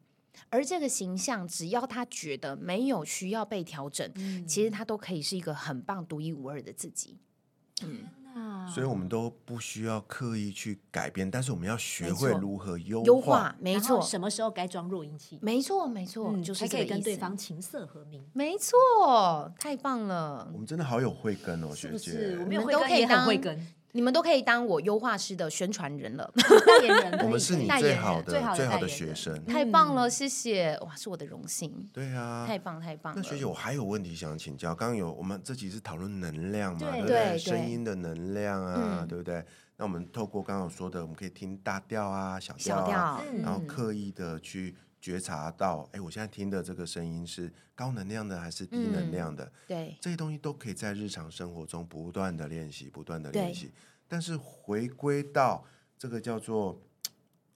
[SPEAKER 3] 而这个形象，只要他觉得没有需要被调整，
[SPEAKER 2] 嗯
[SPEAKER 3] 其实他都可以是一个很棒、独一无二的自己。
[SPEAKER 2] 那
[SPEAKER 1] 所以我们都不需要刻意去改变，但是我们要学
[SPEAKER 3] 没
[SPEAKER 1] 会
[SPEAKER 3] 错
[SPEAKER 1] 如何优
[SPEAKER 3] 优化，没
[SPEAKER 2] 然后
[SPEAKER 3] 错，
[SPEAKER 2] 什么时候该装弱音器？
[SPEAKER 3] 没错，没错，
[SPEAKER 2] 嗯
[SPEAKER 3] 就是
[SPEAKER 2] 才
[SPEAKER 3] 这
[SPEAKER 2] 可
[SPEAKER 3] 个
[SPEAKER 2] 以跟
[SPEAKER 3] 意
[SPEAKER 2] 对
[SPEAKER 3] 思
[SPEAKER 2] 方琴瑟和鸣，
[SPEAKER 3] 没错，太棒了
[SPEAKER 1] 我！们真的好有慧根哦，
[SPEAKER 2] 是
[SPEAKER 1] 学
[SPEAKER 2] 不是？我
[SPEAKER 1] 姐。
[SPEAKER 2] 们有
[SPEAKER 3] 我们
[SPEAKER 2] 慧
[SPEAKER 3] 都
[SPEAKER 2] 根
[SPEAKER 3] 可以
[SPEAKER 2] 也很
[SPEAKER 3] 当
[SPEAKER 2] 慧
[SPEAKER 3] *laughs*
[SPEAKER 2] 根，
[SPEAKER 3] 你们都可以当我优化师的宣传人了，
[SPEAKER 2] 代言人可以，
[SPEAKER 1] 我们是你
[SPEAKER 3] 代
[SPEAKER 1] 最
[SPEAKER 3] 言
[SPEAKER 1] 好
[SPEAKER 3] 人
[SPEAKER 1] 的
[SPEAKER 2] 最好的
[SPEAKER 1] 最好
[SPEAKER 2] 代
[SPEAKER 1] 的
[SPEAKER 2] 言
[SPEAKER 1] 学
[SPEAKER 2] 人
[SPEAKER 3] *laughs*
[SPEAKER 1] 生，
[SPEAKER 3] 太棒了，谢谢！哇，是我的荣幸。
[SPEAKER 1] 对啊，
[SPEAKER 3] 太棒太棒了！
[SPEAKER 1] 那学姐，我还有问题想请教。刚刚有我们这集是讨论能量嘛，
[SPEAKER 2] 对
[SPEAKER 1] 不
[SPEAKER 3] 对对
[SPEAKER 1] 声音的能量啊，
[SPEAKER 3] 嗯
[SPEAKER 1] 对不对？那我们透过刚刚有说的，我们可以听大调啊、小调
[SPEAKER 3] 小
[SPEAKER 1] 啊，
[SPEAKER 3] 调，
[SPEAKER 2] 嗯
[SPEAKER 1] 然后刻意的去觉察到，哎，我现在听的这个声音是高能量的还是低能量的？
[SPEAKER 3] 对
[SPEAKER 1] 这些东西都可以在日常生活中不断的练习，不断的
[SPEAKER 3] 对
[SPEAKER 1] 练习。但是回归到这个叫做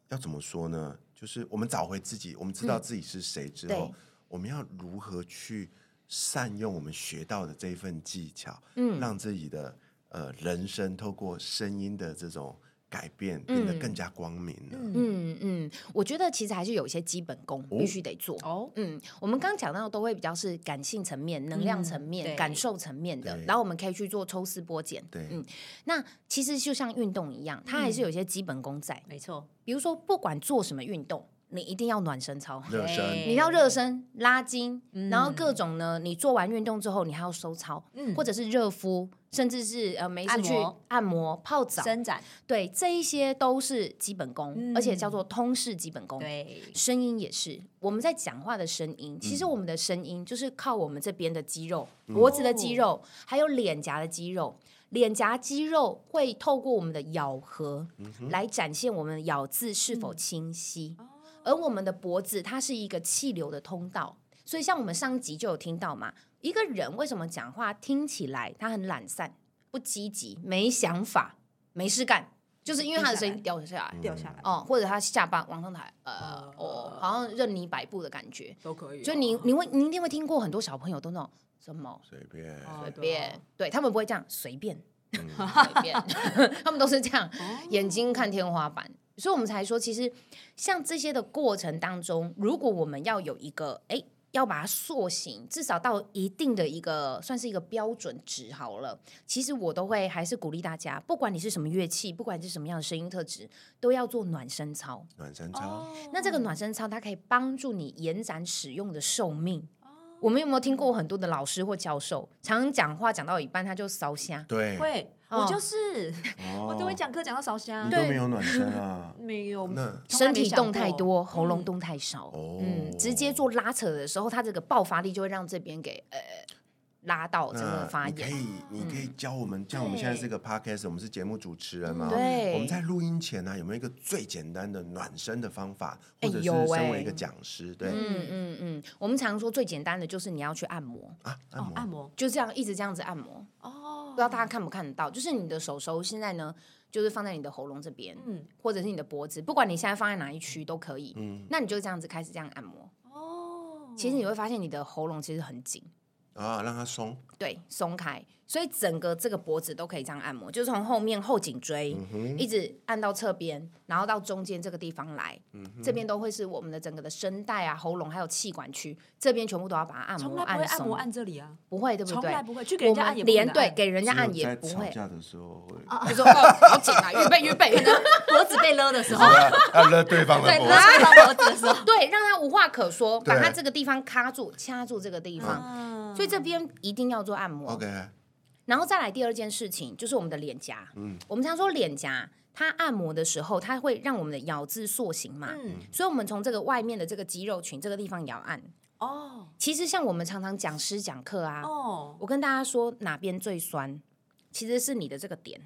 [SPEAKER 1] 要怎么说呢？就是我们找回自己，我们知道自己是谁之后，
[SPEAKER 3] 对
[SPEAKER 1] 我们要如何去善用我们学到的这一份技巧，
[SPEAKER 3] 嗯
[SPEAKER 1] 让自己的呃人生透过声音的这种改变变得
[SPEAKER 3] 嗯
[SPEAKER 1] 更加光明呢？
[SPEAKER 2] 嗯
[SPEAKER 3] 嗯嗯，我觉得其实还是有一些基本功
[SPEAKER 1] 哦
[SPEAKER 3] 必须得做。
[SPEAKER 2] 哦，
[SPEAKER 3] 嗯，我们刚刚讲到都会比较是感性层面、能量层面、
[SPEAKER 2] 嗯对
[SPEAKER 3] 感受层面的
[SPEAKER 1] 对，
[SPEAKER 3] 然后我们可以去做抽丝剥茧。
[SPEAKER 1] 对，
[SPEAKER 3] 嗯那其实就像运动一样，它还是
[SPEAKER 2] 嗯
[SPEAKER 3] 有一些基本功在。
[SPEAKER 2] 没错，
[SPEAKER 3] 比如说，不管做什么运动，你一定要暖身操，
[SPEAKER 1] 热身
[SPEAKER 2] 对
[SPEAKER 3] 你要热身、拉筋，
[SPEAKER 2] 嗯
[SPEAKER 3] 然后各种呢，你做完运动之后，你还要收操，
[SPEAKER 2] 嗯
[SPEAKER 3] 或者是热敷，甚至是呃没事
[SPEAKER 2] 按
[SPEAKER 3] 去
[SPEAKER 2] 摩
[SPEAKER 3] 按摩、泡澡，
[SPEAKER 2] 伸展，
[SPEAKER 3] 对，这一些都是基本功，
[SPEAKER 2] 嗯
[SPEAKER 3] 而且叫做通识基本功。
[SPEAKER 2] 对，
[SPEAKER 3] 声音也是，我们在讲话的声音，其实我们的声音就是靠我们这边的肌肉，脖子的肌肉，还有脸颊的肌肉。脸颊肌肉会透过我们的咬合来展现我们咬字是否清晰，而我们的脖子它是一个气流的通道，所以像我们上一集就有听到嘛，一个人为什么讲话听起来他很懒散、不积极、没想法、没事干，就是因为他的声音掉下来。
[SPEAKER 1] 嗯
[SPEAKER 4] 掉下来，
[SPEAKER 3] 哦，或者他下巴往上抬，呃，哦，好像任你摆布的感觉。
[SPEAKER 4] 都可以哦
[SPEAKER 3] 就你，你会，你一定会听过很多小朋友都那种什么
[SPEAKER 1] 随便。
[SPEAKER 4] 哦
[SPEAKER 3] 随
[SPEAKER 4] 对
[SPEAKER 3] 便
[SPEAKER 4] 啊，
[SPEAKER 3] 对他们不会这样随便随便， *laughs* 他们都是这样
[SPEAKER 4] 哦
[SPEAKER 3] 眼睛看天花板。所以我们才说，其实像这些的过程当中，如果我们要有一个哎。要把它塑形，至少到一定的一个算是一个标准值好了。其实我都会还是鼓励大家，不管你是什么乐器，不管你是什么样的声音特质，都要做暖身操。
[SPEAKER 1] 暖身操，
[SPEAKER 2] 哦
[SPEAKER 3] 那
[SPEAKER 2] 嗯
[SPEAKER 3] 这个暖身操它可以帮助你延展使用的寿命。
[SPEAKER 2] 哦
[SPEAKER 3] 我们有没有听过很多的老师或教授，常常讲话讲到一半他就烧香？
[SPEAKER 1] 对，
[SPEAKER 2] 会，我
[SPEAKER 3] 哦
[SPEAKER 2] 就是
[SPEAKER 1] 哦
[SPEAKER 2] 我都会讲课讲到烧香？
[SPEAKER 1] 你，都没有暖身啊
[SPEAKER 2] 没有，
[SPEAKER 1] 那
[SPEAKER 3] 身体动太
[SPEAKER 2] 太
[SPEAKER 3] 多，喉咙动太少，
[SPEAKER 1] 哦
[SPEAKER 3] 嗯，直接做拉扯的时候，它这个爆发力就会让这边给呃拉到整个
[SPEAKER 1] 那
[SPEAKER 3] 发嗯
[SPEAKER 1] 你可
[SPEAKER 3] 炎。
[SPEAKER 1] 以，你可以教我们，像我们现在是个 podcast，我们是节目主持人嘛？啊哦我们
[SPEAKER 3] 嗯对，
[SPEAKER 1] 在录音前呢、有没有一个最简单的暖身的方法，
[SPEAKER 3] 哎
[SPEAKER 1] 或者是
[SPEAKER 3] 有哎
[SPEAKER 1] 身为一个讲师，对、
[SPEAKER 3] 嗯嗯嗯，我们常说最简单的就是你要去按摩，
[SPEAKER 1] 啊，按
[SPEAKER 2] 哦
[SPEAKER 1] 摩，，
[SPEAKER 2] 按摩
[SPEAKER 3] 就这样一直这样子按摩。
[SPEAKER 2] 哦
[SPEAKER 3] 不知，道大家看不看得到，就是你的手手现在呢，就是放在你的喉咙这边，
[SPEAKER 2] 嗯，
[SPEAKER 3] 或者是你的脖子，不管你现在放在哪一区都可以。
[SPEAKER 1] 嗯
[SPEAKER 3] 那你就这样子开始这样按摩，
[SPEAKER 2] 哦，
[SPEAKER 3] 其实你会发现你的喉咙其实很紧，
[SPEAKER 1] 啊，让它松，
[SPEAKER 3] 对，松开，所以整个这个脖子都可以这样按摩，就是从后面后颈椎、
[SPEAKER 1] 嗯
[SPEAKER 3] 一直按到侧边，然后到中间这个地方来，
[SPEAKER 1] 嗯
[SPEAKER 3] 这边都会是我们的整个的声带啊、喉咙还有气管区，这边全部都要把它按
[SPEAKER 2] 从
[SPEAKER 3] 摩
[SPEAKER 2] 来不会按
[SPEAKER 3] 松，
[SPEAKER 2] 摩按这里啊，
[SPEAKER 3] 不会对不
[SPEAKER 2] 从
[SPEAKER 3] 对
[SPEAKER 2] 来？不会去给人
[SPEAKER 3] 我
[SPEAKER 2] 家按
[SPEAKER 3] 们
[SPEAKER 2] 也不
[SPEAKER 3] 连
[SPEAKER 2] 能
[SPEAKER 3] 对
[SPEAKER 2] 按
[SPEAKER 3] 给人家按
[SPEAKER 1] 只有
[SPEAKER 3] 也
[SPEAKER 1] 在
[SPEAKER 3] 不
[SPEAKER 1] 吵
[SPEAKER 3] 会，
[SPEAKER 1] 架的时候会，
[SPEAKER 3] 就
[SPEAKER 2] *laughs*
[SPEAKER 3] 说哦好紧啊，预备预备，
[SPEAKER 2] 脖子被勒的
[SPEAKER 1] *laughs*
[SPEAKER 2] 时候，
[SPEAKER 1] 哦要勒啊对方的
[SPEAKER 2] 对，
[SPEAKER 1] 脖
[SPEAKER 2] 勒
[SPEAKER 1] 子，
[SPEAKER 2] 到脖子的时候，
[SPEAKER 3] *laughs* 对，让他无话可说，把
[SPEAKER 1] 对
[SPEAKER 3] 他这个地方卡住、掐住这个地方，
[SPEAKER 2] 嗯
[SPEAKER 3] 所以这边一定要做按摩。
[SPEAKER 1] ，OK，
[SPEAKER 3] 然后再来第二件事情就是我们的脸颊，
[SPEAKER 2] 嗯
[SPEAKER 3] 我们常说脸颊。它按摩的时候，它会让我们的咬字塑形嘛，
[SPEAKER 2] 嗯
[SPEAKER 3] 所以我们从这个外面的这个肌肉群这个地方咬按。
[SPEAKER 2] 哦
[SPEAKER 3] 其实像我们常常讲师讲课啊，
[SPEAKER 2] 哦，
[SPEAKER 3] 我跟大家说哪边最酸，其实是你的这个点，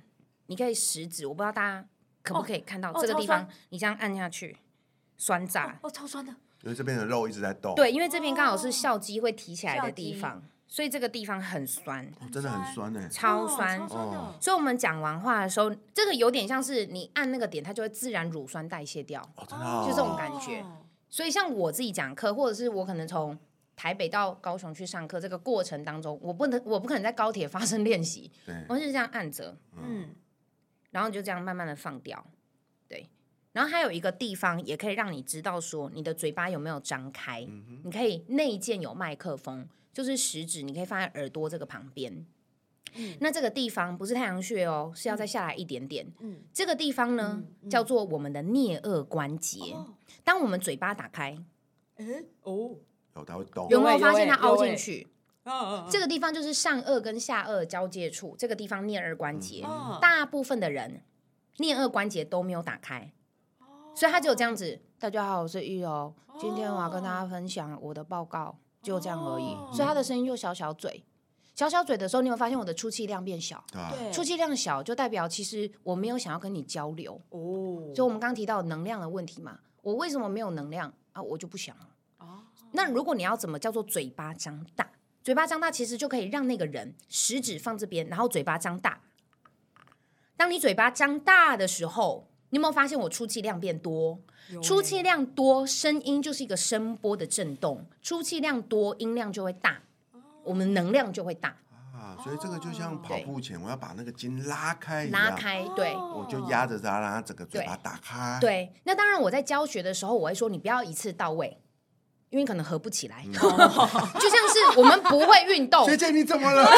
[SPEAKER 3] 你可以食指，我不知道大家可不可以看到、
[SPEAKER 2] 哦
[SPEAKER 3] 这个
[SPEAKER 2] 超
[SPEAKER 3] 地方，
[SPEAKER 2] 酸
[SPEAKER 3] 你这样按下去，酸炸。
[SPEAKER 2] 哦超酸的，
[SPEAKER 1] 因为这边的肉一直在动，
[SPEAKER 3] 对，因为这边刚好是
[SPEAKER 2] 哦
[SPEAKER 3] 笑肌会提起来
[SPEAKER 2] 笑
[SPEAKER 3] 的
[SPEAKER 2] 肌
[SPEAKER 3] 地方，所以这个地方很酸，
[SPEAKER 1] 哦，真的很酸哎、
[SPEAKER 3] 超
[SPEAKER 2] 哦
[SPEAKER 3] 酸。
[SPEAKER 2] 超酸的，
[SPEAKER 3] 所以我们讲完话的时候，这个有点像是你按那个点，它就会自然乳酸代谢掉。
[SPEAKER 1] 哦，真的、哦，
[SPEAKER 3] 就这种感觉所以像我自己讲课，或者是我可能从台北到高雄去上课，这个过程当中，我不能，我不可能在高铁发生练习，我
[SPEAKER 1] 对，
[SPEAKER 3] 就是这样按着，
[SPEAKER 2] 嗯，
[SPEAKER 3] 然后就这样慢慢的放掉，对。然后还有一个地方也可以让你知道说你的嘴巴有没有张开，你可以内建有麦克风，就是食指你可以放在耳朵这个旁边。那这个地方不是太阳穴哦，是要再下来一点点。
[SPEAKER 2] 嗯
[SPEAKER 3] 这个地方呢、叫做我们的颞颚关节。
[SPEAKER 2] 哦
[SPEAKER 3] 当我们嘴巴打开，
[SPEAKER 4] 哎哦，
[SPEAKER 1] 有它会动，
[SPEAKER 3] 有没有嗯
[SPEAKER 4] 欸
[SPEAKER 3] 发现
[SPEAKER 4] 有
[SPEAKER 3] 它
[SPEAKER 4] 欸有
[SPEAKER 3] 凹进
[SPEAKER 4] 欸
[SPEAKER 3] 去？
[SPEAKER 4] 啊
[SPEAKER 3] 这个地方就是上颚跟下颚交界处，这个地方颞颌
[SPEAKER 1] 嗯
[SPEAKER 3] 关节。
[SPEAKER 2] 哦
[SPEAKER 3] 大部分的人颞颌关节都没有打开，
[SPEAKER 2] 哦
[SPEAKER 3] 所以他只有这样子。哦大家好，我是玉柔，今天我要跟大家分享我的报告，就这样而已。
[SPEAKER 2] 哦
[SPEAKER 3] 所以他的声音就小小嘴，小小嘴的时候，你会发现我的出气量变小。
[SPEAKER 1] 对吧、
[SPEAKER 2] 对，
[SPEAKER 3] 出气量小，就代表其实我没有想要跟你交流。
[SPEAKER 4] 哦，
[SPEAKER 3] 所以我们刚刚提到能量的问题嘛，我为什么没有能量啊？我就不想了。
[SPEAKER 2] 哦
[SPEAKER 3] 那如果你要怎么叫做嘴巴张大？嘴巴张大其实就可以让那个人食指放这边，然后嘴巴张大。当你嘴巴张大的时候，你有没有发现我出气量变多？出气量多，声音就是一个声波的震动；出气量多，音量就会大，我们能量就会大。
[SPEAKER 1] 啊，所以这个就像跑
[SPEAKER 3] 哦对
[SPEAKER 1] 步前我要把那个筋拉开一样，
[SPEAKER 3] 拉开，哎对。
[SPEAKER 2] 哦
[SPEAKER 1] 我就压着它，让它整个嘴巴打开。，
[SPEAKER 3] 对，那当然，我在教学的时候，我会说你不要一次到位，因为可能合不起来。就像是我们不会运动，
[SPEAKER 1] 嗯学姐你怎么了？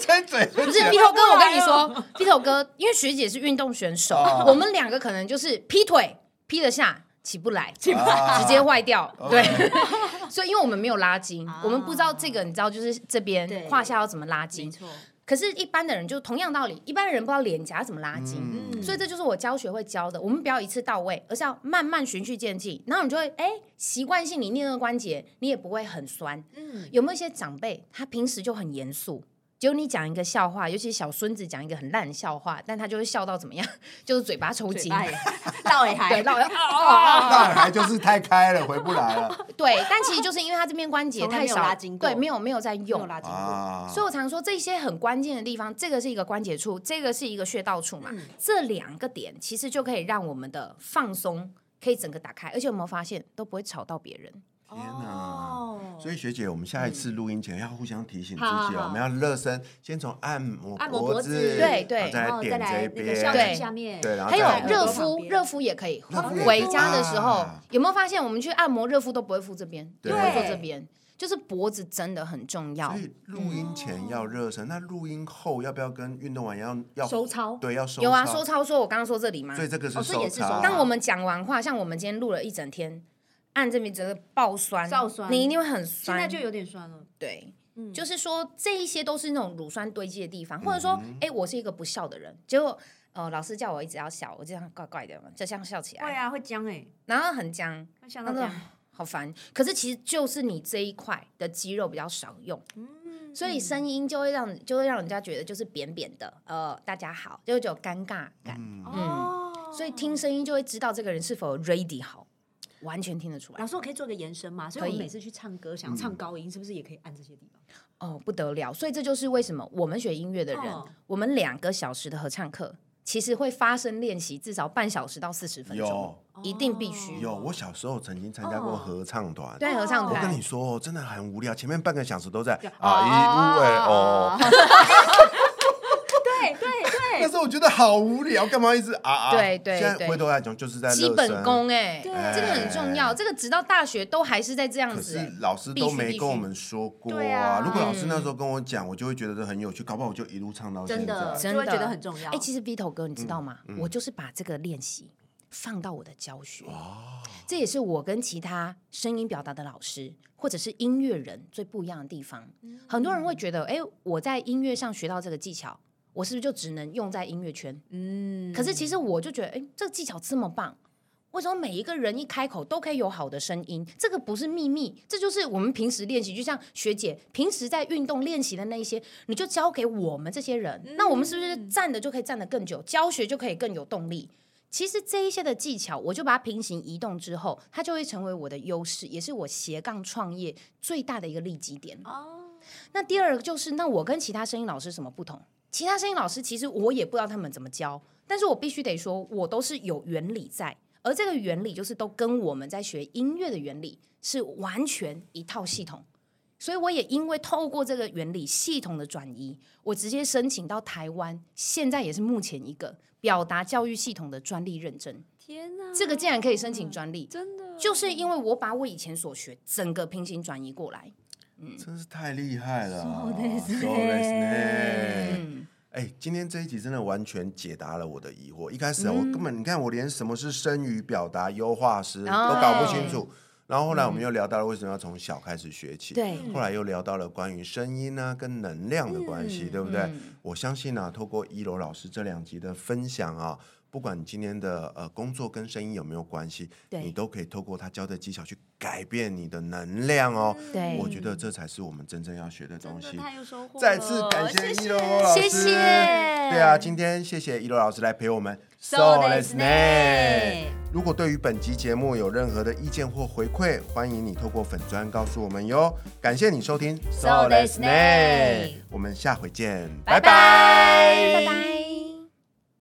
[SPEAKER 1] 伸嘴
[SPEAKER 3] 哦不是劈头哥，我跟你说，劈头哥，因为学姐是运动选手，
[SPEAKER 1] 哦
[SPEAKER 3] 我们两个可能就是劈腿劈得下，起不来，
[SPEAKER 1] 不来
[SPEAKER 3] 直接坏掉。
[SPEAKER 1] 哦
[SPEAKER 3] 对， *laughs*
[SPEAKER 1] OK
[SPEAKER 3] 所以因为我们没有拉筋，我们不知道这个，你知道，就是这边
[SPEAKER 2] 啊对
[SPEAKER 3] 胯下要怎么拉
[SPEAKER 2] 没
[SPEAKER 3] 筋。
[SPEAKER 2] 错，
[SPEAKER 3] 可是，一般的人就同样道理，一般的人不知道脸颊怎么拉筋。
[SPEAKER 1] 嗯
[SPEAKER 3] 所以这就是我教学会教的，我们不要一次到位，而是要慢慢循序渐进，然后你就会哎习惯性你练那个关节，你也不会很酸。
[SPEAKER 2] 嗯，
[SPEAKER 3] 有没有一些长辈他平时就很严肃，结果你讲一个笑话，尤其小孙子讲一个很烂的笑话，但他就会笑到怎么样， *laughs* 就是嘴巴抽筋， *laughs*
[SPEAKER 2] 到尾还哦 *laughs*
[SPEAKER 3] 对，到啊啊啊啊
[SPEAKER 1] 大海就是太开了，回不来
[SPEAKER 3] *laughs*
[SPEAKER 1] 了
[SPEAKER 3] 对，但其实就是因为他这边关节
[SPEAKER 2] 从来
[SPEAKER 3] 太
[SPEAKER 2] 没有
[SPEAKER 3] 少，
[SPEAKER 2] 拉筋过
[SPEAKER 3] 对，没有 *laughs* 没有在
[SPEAKER 2] 没有
[SPEAKER 3] 用。
[SPEAKER 2] 拉筋过，
[SPEAKER 1] 啊！
[SPEAKER 3] 所以我常说这些很关键的地方，这个是一个关节处，这个是一个穴道处嘛，
[SPEAKER 2] 嗯
[SPEAKER 3] 这两个点其实就可以让我们的放松可以整个打开，而且有没有发现都不会吵到别人？
[SPEAKER 1] 天哪！
[SPEAKER 2] 哦
[SPEAKER 1] 所以学姐，我们下一次录音前要互相提醒自己
[SPEAKER 2] 好好
[SPEAKER 1] 哦，
[SPEAKER 2] 好
[SPEAKER 1] 我们要热身，先从按摩
[SPEAKER 2] 按摩啊脖
[SPEAKER 1] 脖
[SPEAKER 2] 子
[SPEAKER 3] 对
[SPEAKER 1] 然
[SPEAKER 3] 对
[SPEAKER 1] 后再
[SPEAKER 2] 然
[SPEAKER 1] 来
[SPEAKER 2] 后
[SPEAKER 1] 点
[SPEAKER 2] 来
[SPEAKER 1] 这
[SPEAKER 2] 那个
[SPEAKER 1] 边，
[SPEAKER 2] 校
[SPEAKER 3] 对
[SPEAKER 2] 区下面，
[SPEAKER 1] 啊对，然后
[SPEAKER 3] 还
[SPEAKER 1] 再来
[SPEAKER 3] 有
[SPEAKER 2] 在
[SPEAKER 3] 热
[SPEAKER 2] 耳朵
[SPEAKER 3] 敷，
[SPEAKER 2] 旁边
[SPEAKER 3] 热敷也可以
[SPEAKER 1] 热敷。也
[SPEAKER 3] 回
[SPEAKER 1] 可以
[SPEAKER 3] 家的时候
[SPEAKER 1] 啊
[SPEAKER 3] 有没有发现，我们去按摩热敷都不会敷这边，
[SPEAKER 1] 对
[SPEAKER 3] 都会做这边，就是脖子真的很重要
[SPEAKER 1] 所。以录音前要热身，那录音后要不要跟运动完要要
[SPEAKER 2] 收操
[SPEAKER 1] 对，要收
[SPEAKER 3] 有啊，
[SPEAKER 1] 操
[SPEAKER 3] 收操说，我刚刚说这里吗
[SPEAKER 1] 所？以这个是
[SPEAKER 2] 哦这也是
[SPEAKER 1] 操
[SPEAKER 2] 收操
[SPEAKER 3] 当我们讲完话，像我们今天录了一整天，按这边整个爆酸，
[SPEAKER 2] 爆酸
[SPEAKER 3] 你一定会很酸。
[SPEAKER 2] 现在就有点酸了，
[SPEAKER 3] 对，
[SPEAKER 2] 嗯
[SPEAKER 3] 就是说这一些都是那种乳酸堆积的地方，或者说，哎、我是一个不笑的人，结果呃，老师叫我一直要笑，我就这样怪怪的嘛，就像笑起
[SPEAKER 2] 会
[SPEAKER 3] 来，
[SPEAKER 2] 啊，会僵哎，
[SPEAKER 3] 然后很僵，
[SPEAKER 2] 会想
[SPEAKER 3] 那
[SPEAKER 2] 到这
[SPEAKER 3] 个
[SPEAKER 2] 样，
[SPEAKER 3] 好烦。可是其实就是你这一块的肌肉比较少用，
[SPEAKER 2] 嗯
[SPEAKER 3] 所以声音就会让就会让人家觉得就是扁扁的，呃，大家好，就会有尴尬感。
[SPEAKER 1] 嗯，
[SPEAKER 2] 哦，
[SPEAKER 3] 所以听声音就会知道这个人是否 ready 好，完全听得出
[SPEAKER 2] 老
[SPEAKER 3] 来。
[SPEAKER 2] 师，我可以做个延伸嘛？所以
[SPEAKER 3] 可
[SPEAKER 2] 我
[SPEAKER 3] 以
[SPEAKER 2] 们每次去唱歌，想要唱高音，是不是也可以按这些地方？
[SPEAKER 3] 哦，不得了！所以这就是为什么我们学音乐的人，
[SPEAKER 2] 哦
[SPEAKER 3] 我们两个小时的合唱课。其实会发声练习至少半小时到四十分钟
[SPEAKER 1] 有，
[SPEAKER 3] 一定必须。
[SPEAKER 1] 有，我小时候曾经参加过合唱团。
[SPEAKER 3] 对合唱
[SPEAKER 1] 我
[SPEAKER 3] 团，
[SPEAKER 1] 跟你说哦，真的很无聊，前面半个小时都在啊一五哎哦，
[SPEAKER 2] 哦对对
[SPEAKER 1] 但是我觉得好无聊，干嘛一直啊啊？
[SPEAKER 3] 对对
[SPEAKER 1] 现在
[SPEAKER 3] 对
[SPEAKER 1] 回头来讲，就是在
[SPEAKER 3] 基
[SPEAKER 1] 热
[SPEAKER 3] 本
[SPEAKER 1] 身。
[SPEAKER 3] 功哎、
[SPEAKER 2] 对
[SPEAKER 3] 这个很重要。这个直到大学都还是在这样
[SPEAKER 1] 可
[SPEAKER 3] 子、
[SPEAKER 1] 是
[SPEAKER 3] 哎
[SPEAKER 1] 老师都
[SPEAKER 3] 必
[SPEAKER 1] 没
[SPEAKER 3] 须
[SPEAKER 1] 跟我们说过
[SPEAKER 2] 对啊
[SPEAKER 1] 如果老师那时候跟我讲，我就会觉得这很有趣，搞不好我就一路唱到
[SPEAKER 2] 对， *laughs* 真
[SPEAKER 1] 现
[SPEAKER 2] 的
[SPEAKER 1] 在。
[SPEAKER 3] 真
[SPEAKER 2] 就会
[SPEAKER 3] 的
[SPEAKER 2] 觉得很重要。嗯
[SPEAKER 3] 哎、其实 Vito 哥，你知道吗？我就是把这个练习放到我的教学，
[SPEAKER 2] 哦
[SPEAKER 3] 这也是我跟其他声音表达的老师或者是音乐人最不一样的地方。
[SPEAKER 2] 嗯
[SPEAKER 3] 很多人会觉得，哎、我在音乐上学到这个技巧，我是不是就只能用在音乐圈？
[SPEAKER 2] 嗯
[SPEAKER 3] 可是其实我就觉得，哎、这个技巧这么棒。为什么每一个人一开口都可以有好的声音？这个不是秘密，这就是我们平时练习。就像学姐平时在运动练习的那一些，你就交给我们这些人，那我们是不是站的就可以站得更久，教学就可以更有动力？其实这一些的技巧，我就把它平行移动之后，它就会成为我的优势，也是我斜杠创业最大的一个利基点。
[SPEAKER 2] 哦，
[SPEAKER 3] 那第二个就是，那我跟其他声音老师什么不同？其他声音老师其实我也不知道他们怎么教，但是我必须得说，我都是有原理在，而这个原理就是都跟我们在学音乐的原理是完全一套系统。所以我也因为透过这个原理系统的转移，我直接申请到台湾，现在也是目前一个表达教育系统的专利认证。
[SPEAKER 2] 天哪，
[SPEAKER 3] 这个竟然可以申请专利，
[SPEAKER 2] 真的
[SPEAKER 3] 就是因为我把我以前所学整个平行转移过来。
[SPEAKER 1] 真是太厉害了啊！
[SPEAKER 2] そうですね
[SPEAKER 1] So this
[SPEAKER 3] 嗯。
[SPEAKER 1] 哎，今天这一集真的完全解答了我的疑惑。一开始啊我
[SPEAKER 3] 嗯
[SPEAKER 1] 根本，你看我连什么是声语表达优化师都
[SPEAKER 3] 哦嗯
[SPEAKER 1] 搞不清楚。然后后来我们又聊到了为什么要从小开始学起，
[SPEAKER 3] 对
[SPEAKER 1] 后来又聊到了关于声音啊跟能量的关
[SPEAKER 3] 嗯
[SPEAKER 1] 系，对不对？我相信啊，透过一楼老师这两集的分享啊，不管你今天的呃工作跟声音有没有关系，
[SPEAKER 3] 对
[SPEAKER 1] 你都可以透过他教的技巧去改变你的能量哦。
[SPEAKER 3] 对
[SPEAKER 1] 我觉得这才是我们真正要学的东西。
[SPEAKER 2] 真的太有收获了，
[SPEAKER 1] 再次感谢一楼
[SPEAKER 2] 谢
[SPEAKER 1] 老师，
[SPEAKER 3] 谢谢
[SPEAKER 1] 对啊，今天谢谢一楼老师来陪我们。
[SPEAKER 2] So that's
[SPEAKER 1] nice
[SPEAKER 2] nice
[SPEAKER 1] 如果对于本集节目有任何的意见或回馈，欢迎你透过粉砖告诉我们哟。感谢你收听
[SPEAKER 2] So that's nice
[SPEAKER 1] nice 我们下回见，
[SPEAKER 2] 拜拜
[SPEAKER 3] 拜拜。